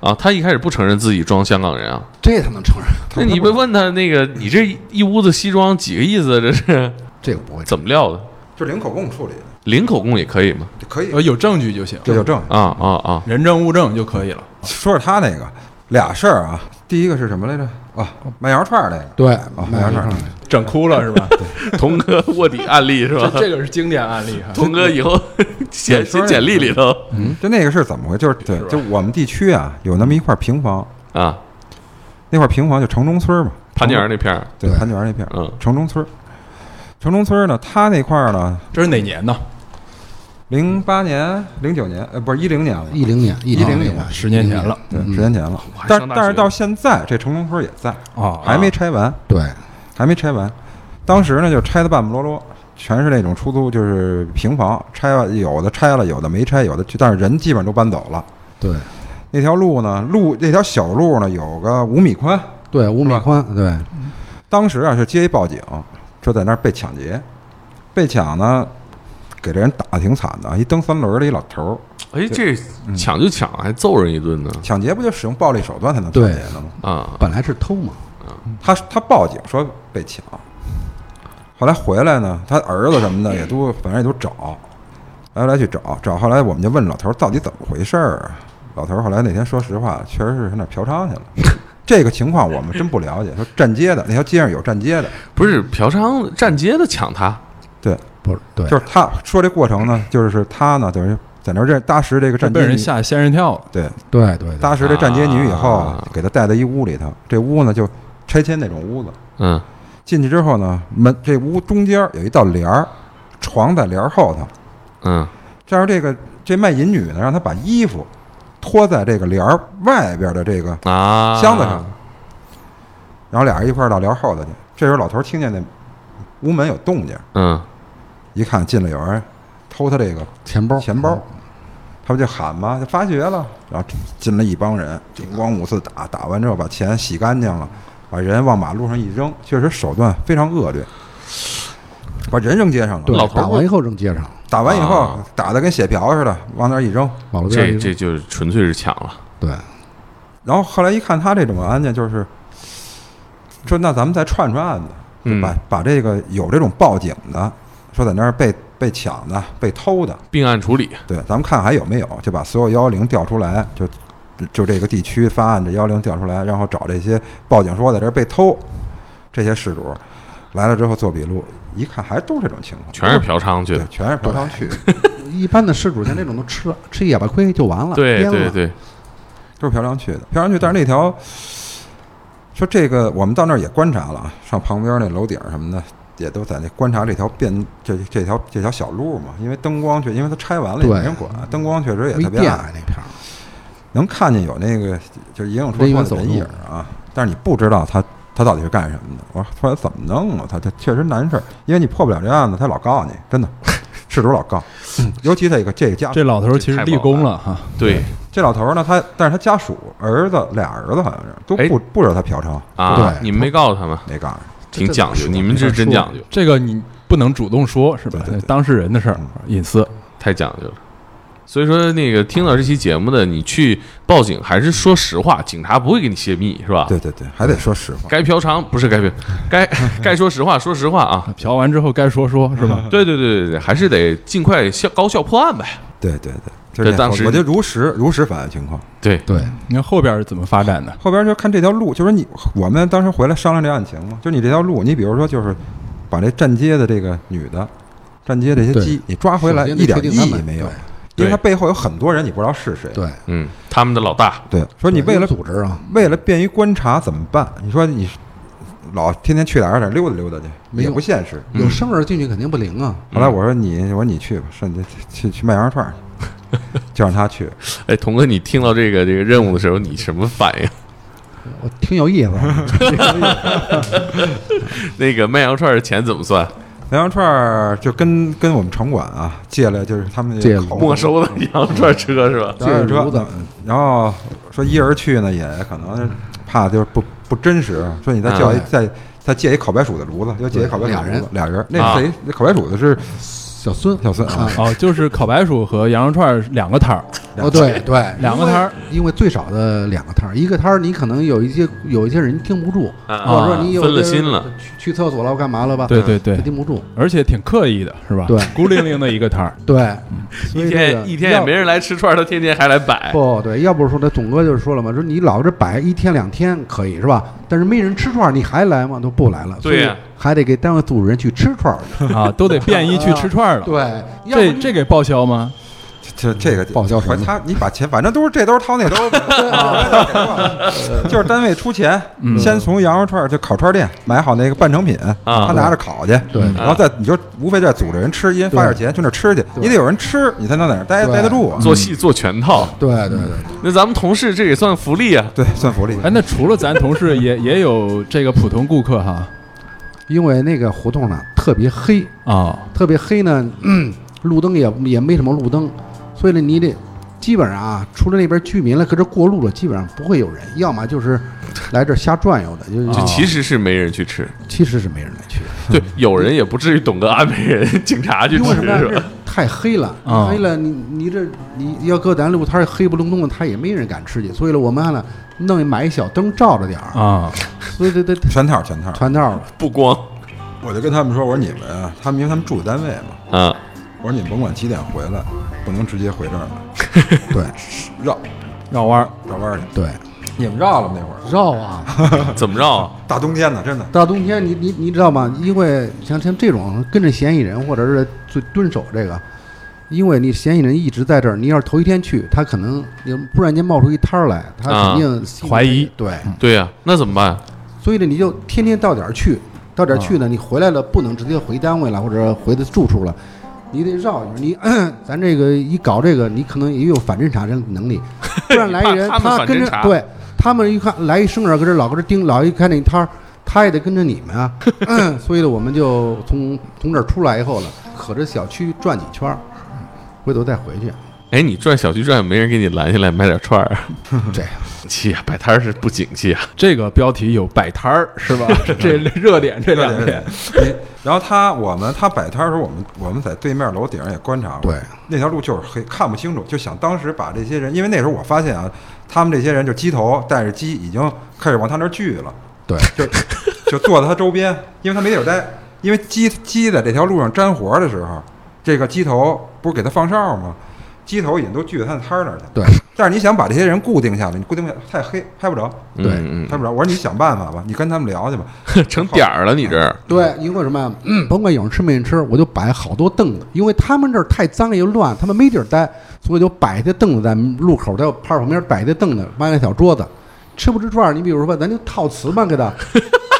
啊，他一开始不承认自己装香港人啊，
这他能承认？
那你不问他那个，你这一屋子西装几个意思啊？这是 [laughs]
这个不会。
怎么料的？
就零口供处理的，
零口供也可以吗？
就可以
呃，有证据就行，
这就证。
啊啊啊！
人证物证就可以了。
说说他那个俩事儿啊，第一个是什么来着？啊，卖羊肉串儿那个，
对，
卖羊肉串儿，
整哭了
[laughs]
是吧？
童哥卧底案例是吧
这？这个是经典案例哈。
童哥以后简写
说这
简历里头
嗯，就那个是怎么回事？就是对，就我们地区啊，有那么一块平房，
啊，
那块平房就城中村儿嘛，
潘家园那片儿，
对
对
潘家园那片儿，
嗯
城中村儿。城中村儿呢，他那块儿呢，
这是哪年呢？
零八年、零九年，呃，不是一零年了，
一零年，一
10年
年，
十年前了
对，十年前了。
嗯
嗯
还
但
上大
但是
学
到现在，这城中村儿也在，
啊
还没拆完。
对，
还没拆完。当时呢，就拆的半不落落，全是那种出租，就是平房，拆了有的拆了，有的没拆，有的就但是人基本上都搬走了。
对
那条路呢，路那条小路呢，有个五米宽。
对，五米宽，对
当时啊，是接一报警，说在那儿被抢劫，被抢呢，给这人打的挺惨的，一蹬三轮儿的一老头儿。
哎，这
嗯
抢就抢，还揍人一顿呢
抢劫不就使用暴力手段才能抢劫的吗？
啊！
本来是偷嘛，
他他报警说被抢，后来回来呢，他儿子什么的也都反正也都找，来来去找找，后来我们就问老头儿到底怎么回事儿啊？老头儿后来那天说实话，确实是上那儿嫖娼去了。这个情况我们真不了解。说站街的那条街上有站街的，
不是嫖娼站街的抢他，
对，
不是对，
就是他说这过程呢，就是他呢等于在那儿认大石这个
这
站
被
街
人
女，
吓仙人跳了。
对，
对对对
大石这站街女以后啊
啊，
给他带到一屋里头，这屋呢就拆迁那种屋子，
嗯
进去之后呢，门这屋中间有一道帘儿，床在帘儿后头。
嗯
这样这个这卖淫女呢，让她把衣服脱在这个帘儿外边的这个，
啊，
箱子上然后俩人一块儿到帘儿后头去。这时候老头儿听见那屋门有动静，
嗯
一看进来有人偷他这个
钱包
钱包，他不就喊吗？就发觉了，然后进来一帮人，叮咣五四打，打完之后把钱洗干净了，把人往马路上一扔，确实手段非常恶劣，把人扔街上了。
对
老，头儿
打完以后扔街上，
打完以后、
啊
打的跟血瓢似的，往那儿一扔。
网络
这
边
这就是纯粹是抢了，
对，
然后后来一看他这种案件，就是说那咱们再串串案子，
嗯，
把把这个有这种报警的，说在那儿被被抢的、被偷的，
并案处理，
对，咱们看还有没有，就把所有幺幺零调出来，就就这个地区发案这幺幺零调出来，然后找这些报警说在这儿被偷这些事主来了之后做笔录，一看还都是这种情况，
全是嫖娼去
对
的，，
全是嫖
不
娼
上去。一般的事主像这种都吃了吃一哑巴亏就完了，
对
编了
对对，
都是嫖娼去的，嫖娼去。但是那条说这个，我们到那儿也观察了啊，上旁边那楼顶什么的，也都在那观察这条变这这条这条小路嘛，因为灯光确，因为它拆完了也
对
没人管，灯光确实也
微
特别
店
暗，
啊那片儿，
能看见有那个就是影影绰
人员
绰的人影
走
儿啊，但是你不知道他他到底是干什么的。我说后来怎么弄啊？他他确实难事儿，因为你破不了这案子，他老告你，真的， [laughs] 事主老告，嗯尤其他一个这个家
啊这老头儿其实
这太
立功
饱
了哈，
对
这老头儿呢，他但是他家属儿子俩儿子好像是都
哎
不不知道他嫖娼，
啊，
对
你们没告诉他们，
没告诉
挺
这
讲
这
究，
么
你们
说
是真
这么
讲究，
这个你不能主动说，是吧？
对对对
当事人的事
嗯
儿，隐私。
太讲究了。所以说，那个听到这期节目的，你去报警还是说实话，警察不会给你泄密，是吧？
对对对，还得说实话。
该嫖娼不是该嫖，该 [laughs] 该说实话，说实话啊。
嫖完之后该说说，是 [laughs] 吧？
[laughs] 对对对对对，还是得尽快效高效破案呗。
对对对，就是
这当时
我就如实如实反映情况。
对，
对，
嗯
你看后边是怎么发展的？
后边就看这条路，就是你我们当时回来商量这案情嘛，就你这条路，你比如说就是把这站街的这个女的，站街这些
对
鸡，你抓回来
首
一
先得
点
确定
意
他
义
们
没有，因
对
为他背后有很多人你不知道是谁。
对，
嗯，他们的老大，
对，说你
对
为了
有组织啊，
为了便于观察怎么办？你说你老天天去哪儿哪儿溜达溜达去，
没
也
用
不现实。
有生人进去肯定不灵啊，
后来我说你，我说你去吧，上去去去卖羊肉串儿去，就让他去。
哎，童哥，你听到这个这个任务的时候，你什么反应？ [laughs]
我挺有意思。啊
那个卖羊肉串的钱怎么算？
羊肉串儿就跟跟我们城管啊借了，就是他们
借了
口
没收的羊肉串车是 [laughs] 吧？
羊肉
借炉子嗯
车，然后说一人去呢，也可能怕就是不不真实，说你再叫一
啊
再再借一烤白薯的炉子，就借一烤白薯
俩
的
人
炉子俩人，
啊
那谁那烤白薯的是
小孙，
小孙啊
啊，
哦，就是烤白薯和羊肉串儿两个摊儿，
嗯
哦，对对，
两个摊儿
因为，因为最少的两个摊儿，一个摊儿你可能有一些有一些人听不住，
啊
或者说你有
分了
的
心了，
去去厕所了，干嘛了吧？
对对对
他，听不住。
而且挺刻意的，是吧？
对
孤零零的一个摊 [laughs] 儿，
对，所
一
以这个
天一天也
要
没人来吃串儿，他天天还来摆。
不对，要不是说他总哥就是说了嘛，说你老这摆一天两天可以是吧？但是没人吃串儿，你还来吗？都不来了，所
对
以
呀
还得给单位组织人去吃串儿去。
啊，都得便衣去吃串儿了。
对，要不
这
你
这给报销吗？
这这个
报销什么
他你把钱，反正都是这兜掏那兜，啊就是单位出钱，先从羊肉串儿就烤串店买好那个半成品，
啊
他拿着烤去，
对
然后再你就无非再组织人吃，一人发点钱去那儿吃去，你得有人吃，你才能在那儿待
对
待得住啊。
做戏做全套，
对对对，
那咱们同事这也算福利啊。
对，算福利。
哎，那除了咱同事，也也有这个普通顾客哈
因为那个胡同呢特别黑，
啊，
特别黑呢， [clears throat] 嗯路灯也也没什么路灯，所以呢，你得基本上啊，除了那边居民了，搁这过路了，基本上不会有人，要么就是来这儿瞎转悠的，就
就
就
其实是没人去吃，
其实是没人来去，
[laughs] 对，有人也不至于懂得安排嗯 [laughs] 人警察去
因为
吃
什么呀？
是
这
吧？
太黑了，
啊
黑了，你你这你要搁咱路摊儿黑不隆咚的，他也没人敢吃去，所以呢，我们呢弄一买一小灯照着点儿，
啊，
所以这这
全套全套，
传道了，
不光
我就跟他们说，我说你们啊，他们因为他们住单位嘛，
啊，
我说你们甭管几点回来，不能直接回这儿了，
对
绕
绕弯儿，
绕弯儿去。
对，
你们绕了吗那会儿
绕啊。
怎么着啊？
大冬天的，真的
大冬天你，你你知道吗？因为像像这种跟着嫌疑人或者是遵蹲守这个，因为你嫌疑人一直在这儿，你要是头一天去，他可能你突然间冒出一摊儿来，他肯定心里
啊怀疑嗯
对，
[laughs] 对呀、那怎么办？
所以呢，你就天天到点儿去，到点儿
啊
去呢，你回来了不能直接回单位了，或者回的住处了，你得绕一圈。你 [clears throat] 咱这个一搞这个，你可能也有反侦查能
[laughs]
能力，不然来一人
你怕他们
跟
反侦
着
查
对他们一看来一生人搁这老搁这盯，老一看那摊儿，他也得跟着你们啊。
[laughs]
[clears throat] 所以呢，我们就从从这儿出来以后了，可这小区转几圈儿，回头再回去。
哎，你转小区转没人给你拦下来买点串儿啊，
对，
气啊！摆摊儿是不景气 [laughs] 啊，
这个标题有摆摊儿是吧？ [laughs] 这热点这两点，
你然后他我们他摆摊儿的时候，我们我们在对面楼顶上也观察过，
对，
那条路就是黑，看不清楚，就想当时把这些人，因为那时候我发现啊，他们这些人就鸡头带着鸡已经开始往他那儿聚了，
对，
就就坐在他周边，因为他没地儿待，因为鸡鸡在这条路上沾活儿的时候，这个鸡头不是给他放哨吗？鸡头已经都聚到他的摊儿那儿去，
对，
但是你想把这些人固定下来，你固定不下太黑，拍不着，
嗯
对
嗯
拍不着。我说你想办法吧，你跟他们聊去吧。
嗯成点儿了，你这儿
对，因为什么呀？甭管有人吃没人吃，我就摆好多凳子，因为他们这儿太脏又乱，他们没地儿待，所以就摆些凳子在路口，在我派出所旁边摆些凳子，搬个小桌子，吃不吃串儿，你比如说，咱就套词嘛，给他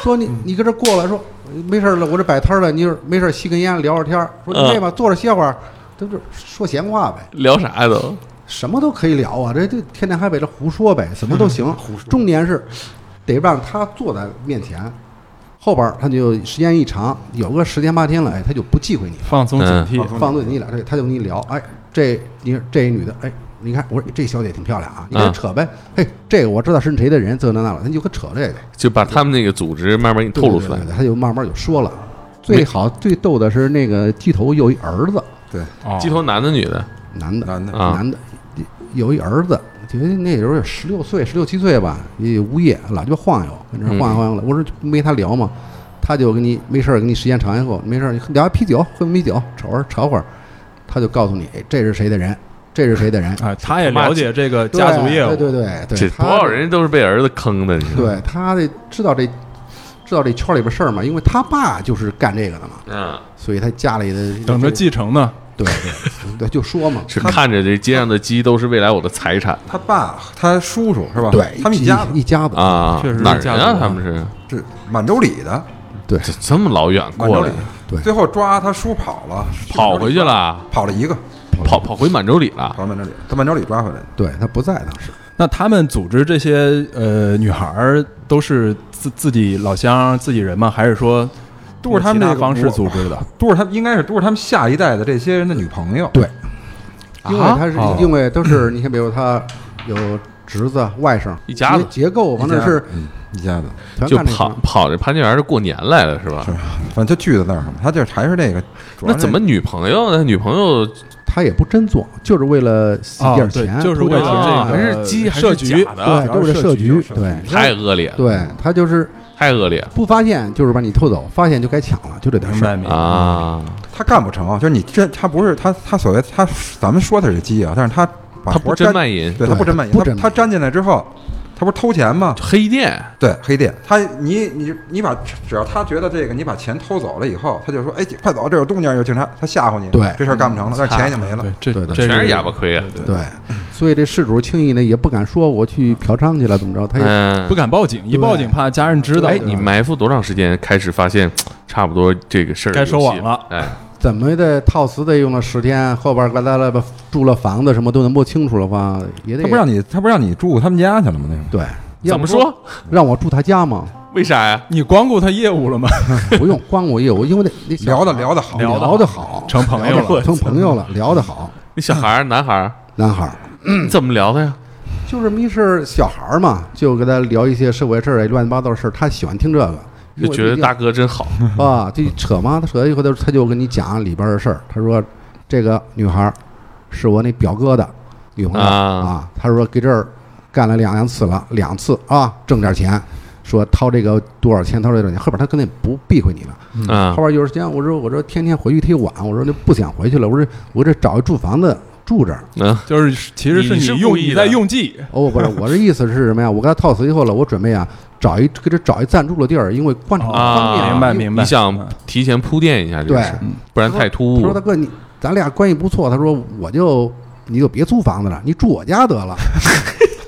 说你你跟这儿过来，说没事儿了，我这摆摊儿了，你就是没事儿吸根烟聊会儿天儿，说你累吧，坐着歇会儿，都是说闲话呗，
[laughs] 聊啥呀都？
什么都可以聊啊，这这天南海北这胡说呗，什么都行。重点是得让他坐在面前，后边儿他就时间一长，有个十天八天了，哎，他就不忌讳你，
放松警惕
嗯。松
放纵你俩，这他就跟你聊，哎，这你这女的，哎，你看，我说这小姐挺漂亮啊，你跟她
嗯
扯呗，嘿，这个我知道是谁的人，这那那了，他就可扯这个，
就把他们那个组织慢慢给 [laughs] 你透露出来
对对对。对他就慢慢就说了。最好最逗的是那个鸡头有一儿子，
对，
哦
鸡头男的女的，
男的，
男的
啊
男的有一儿子，觉得那时候也十六岁、十六七岁吧，也无业，老鸡巴晃悠，跟这儿
嗯
晃悠晃悠了。我说没他聊嘛，他就跟你没事儿，跟你时间长以后没事儿聊一啤酒，喝啤酒，瞅会儿吵会儿，他就告诉你哎这是谁的人，这是谁
[laughs]
的人，
啊，他也了解这个家族业务，
对对对对，
这
对
多少
他
人都是被儿子坑的，你知道吗？
对他得知道这知道这圈里边事儿嘛，因为他爸就是干这个的嘛，
嗯，
所以他家里的
等着继承呢。
对对对，就
[laughs]
说嘛，
是看着这街上的鸡都是未来我的财产
他爸、他叔叔是吧？
对，
他们一家子
一家子
啊
确实！是
哪儿人
家族
啊？
啊
他们是
是满洲里的，
对
这这么老远
满
过
洲里
来，。
对
最后抓他叔跑了，
跑回去，了，
跑了一个，
跑跑回满洲里了。
跑到满洲里，他满洲里抓回来的。
对他不在当时。
那他们组织这些呃女孩儿都是自自己老乡、自己人吗？还是说
都是他们
有
这
其
个
方式
我
组织的？
都是他们应该是都是他们下一代的这些人的女朋友。
对因为他是、
哦
因为都是你看，比如他有侄子、外甥
一家子
结结构，
一
反
家
正
子
是
嗯一家子，
全
就
干这
跑
行
跑这潘家园是过年来了是吧？
反正就聚在那儿嘛。他就还是那个，主
那
要是
怎么女朋友呢？女朋友
他也不真做，就是为了洗
哦
点
对
钱，，
就是
图
为
点
啊
了这
还
个
是鸡还是
设局
假的啊
对，都是设局，对
太恶劣了，
对，他就是
太恶劣
不发现就是把你偷走，发现就该抢了，就这点
明
事
白
儿。
明白。
啊！
他干不成？就是你这他不是他他所谓他咱们说他是鸡啊，但是他把
他
活
不
儿
真
沾，
卖淫，
对他不真卖淫，
不
他
真卖
他沾进来之后，他不是偷钱吗？
黑店
对黑店，他你你你把只要他觉得这个你把钱偷走了以后，他就说哎快走，这有动静有警察，他吓唬你，
对
这事儿干不成了，但是钱已经没了
对。，这
对对
这
全是哑巴亏啊！
对，所以这事主轻易呢也不敢说我去嫖娼去了怎么着，他也、
嗯
不，敢报警，一报警怕家人哎知道。啊
哎，你埋伏多长时间开始发现差不多这个事儿
该收网
有戏
了？
哎，
怎么得套词得用了十天，后边儿嘎达了吧住了房子什么都能摸清楚的话，也得
他不让你，他不让你住他们家去了吗？那个
对，要
怎么
不
说？
让我住他家吗？
为啥
[clears throat]
呀？
你光顾他业务了
[laughs]
吗？
[laughs] 不用，光我业务，因为那那小
聊
孩
的聊的好，
聊得
聊得好，
成朋友了
聊得好成朋友了，聊得好。
那小孩儿，男孩儿，
男孩儿
你怎么聊的呀？
就这么一事儿，小孩儿嘛，就跟他聊一些社会事儿、乱七八糟的事儿，他喜欢听这个，因
就
为
觉得
毕竟
大哥真好，
啊，这扯嘛，他扯以后，他他就跟你讲里边儿的事儿。他说这个女孩儿是我那表哥的女朋友
啊
啊，他说给这儿干了两两次了，两次啊，挣点钱，说掏这个多少钱，掏这个多少钱，后边他根本不避讳你了。
嗯
后边有时间，我说我说天天回去忒晚，我说那不想回去了，我说我这找一住房子住这儿。
嗯，
就是其实
你是
你用
故意的
你在用计，
哦，不是，我这意思是什么呀？我给他套词以后了，我准备啊找一给他找一暂住的地儿，因为官场不方便
啊
啊。
明白
因为
明白。嗯
你想提前铺垫一下这个
对
事儿，不然太突
他说
兀
大。哥你咱俩关系不错，他说我就你就别租房子了，你住我家得了。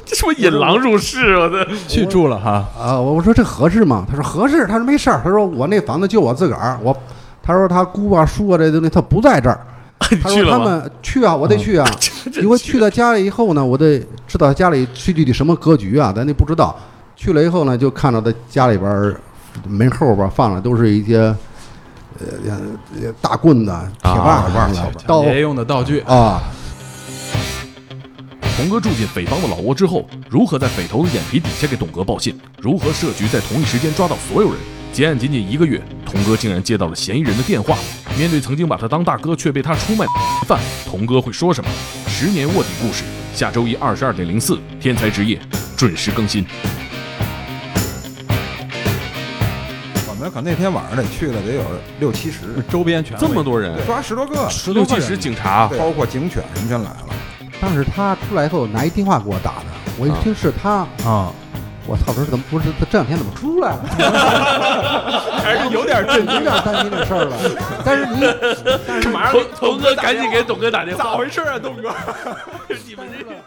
这是不是引狼入室？啊我的
去住了哈，
啊，我我说这合适吗？他说合适，他说没事儿，他说我那房子就我自个儿，我他说他姑啊叔啊这东西他不在这儿。他
去
说
了
他
吗嗯
们去啊，我
[laughs]
得去啊，因为去到家里以后呢，我得知道家里去具体什么格局啊，咱那不知道。去了以后呢，就看到他家里边儿门后边儿放的都是一些呃呃大棍子、铁
啊
棒、棒了、刀
哎
爷用的道具
啊。
童哥住进匪帮的老窝之后，如何在匪头的眼皮底下给董哥报信？如何设局在同一时间抓到所有人？结案仅仅一个月，童哥竟然接到了嫌疑人的电话。面对曾经把他当大哥却被他出卖的犯，童哥会说什么？十年卧底故事，下周一二十二点零四，天才职业准时更新。
我们可那天晚上得去了得有六七十，
嗯
周边全
这么多人，
抓十多个，
十
六七十警察，
包括警犬什么全来了。
当时他出来以后拿一电话给我打的，我一听是他，
啊，
我操，我说怎么不是他这两天怎么出
[laughs]
来了？
还是有点
有点担心这事儿了。但是你，但是
童童哥赶紧给董哥打电话， [laughs]
回事啊，东哥？
你们这。啊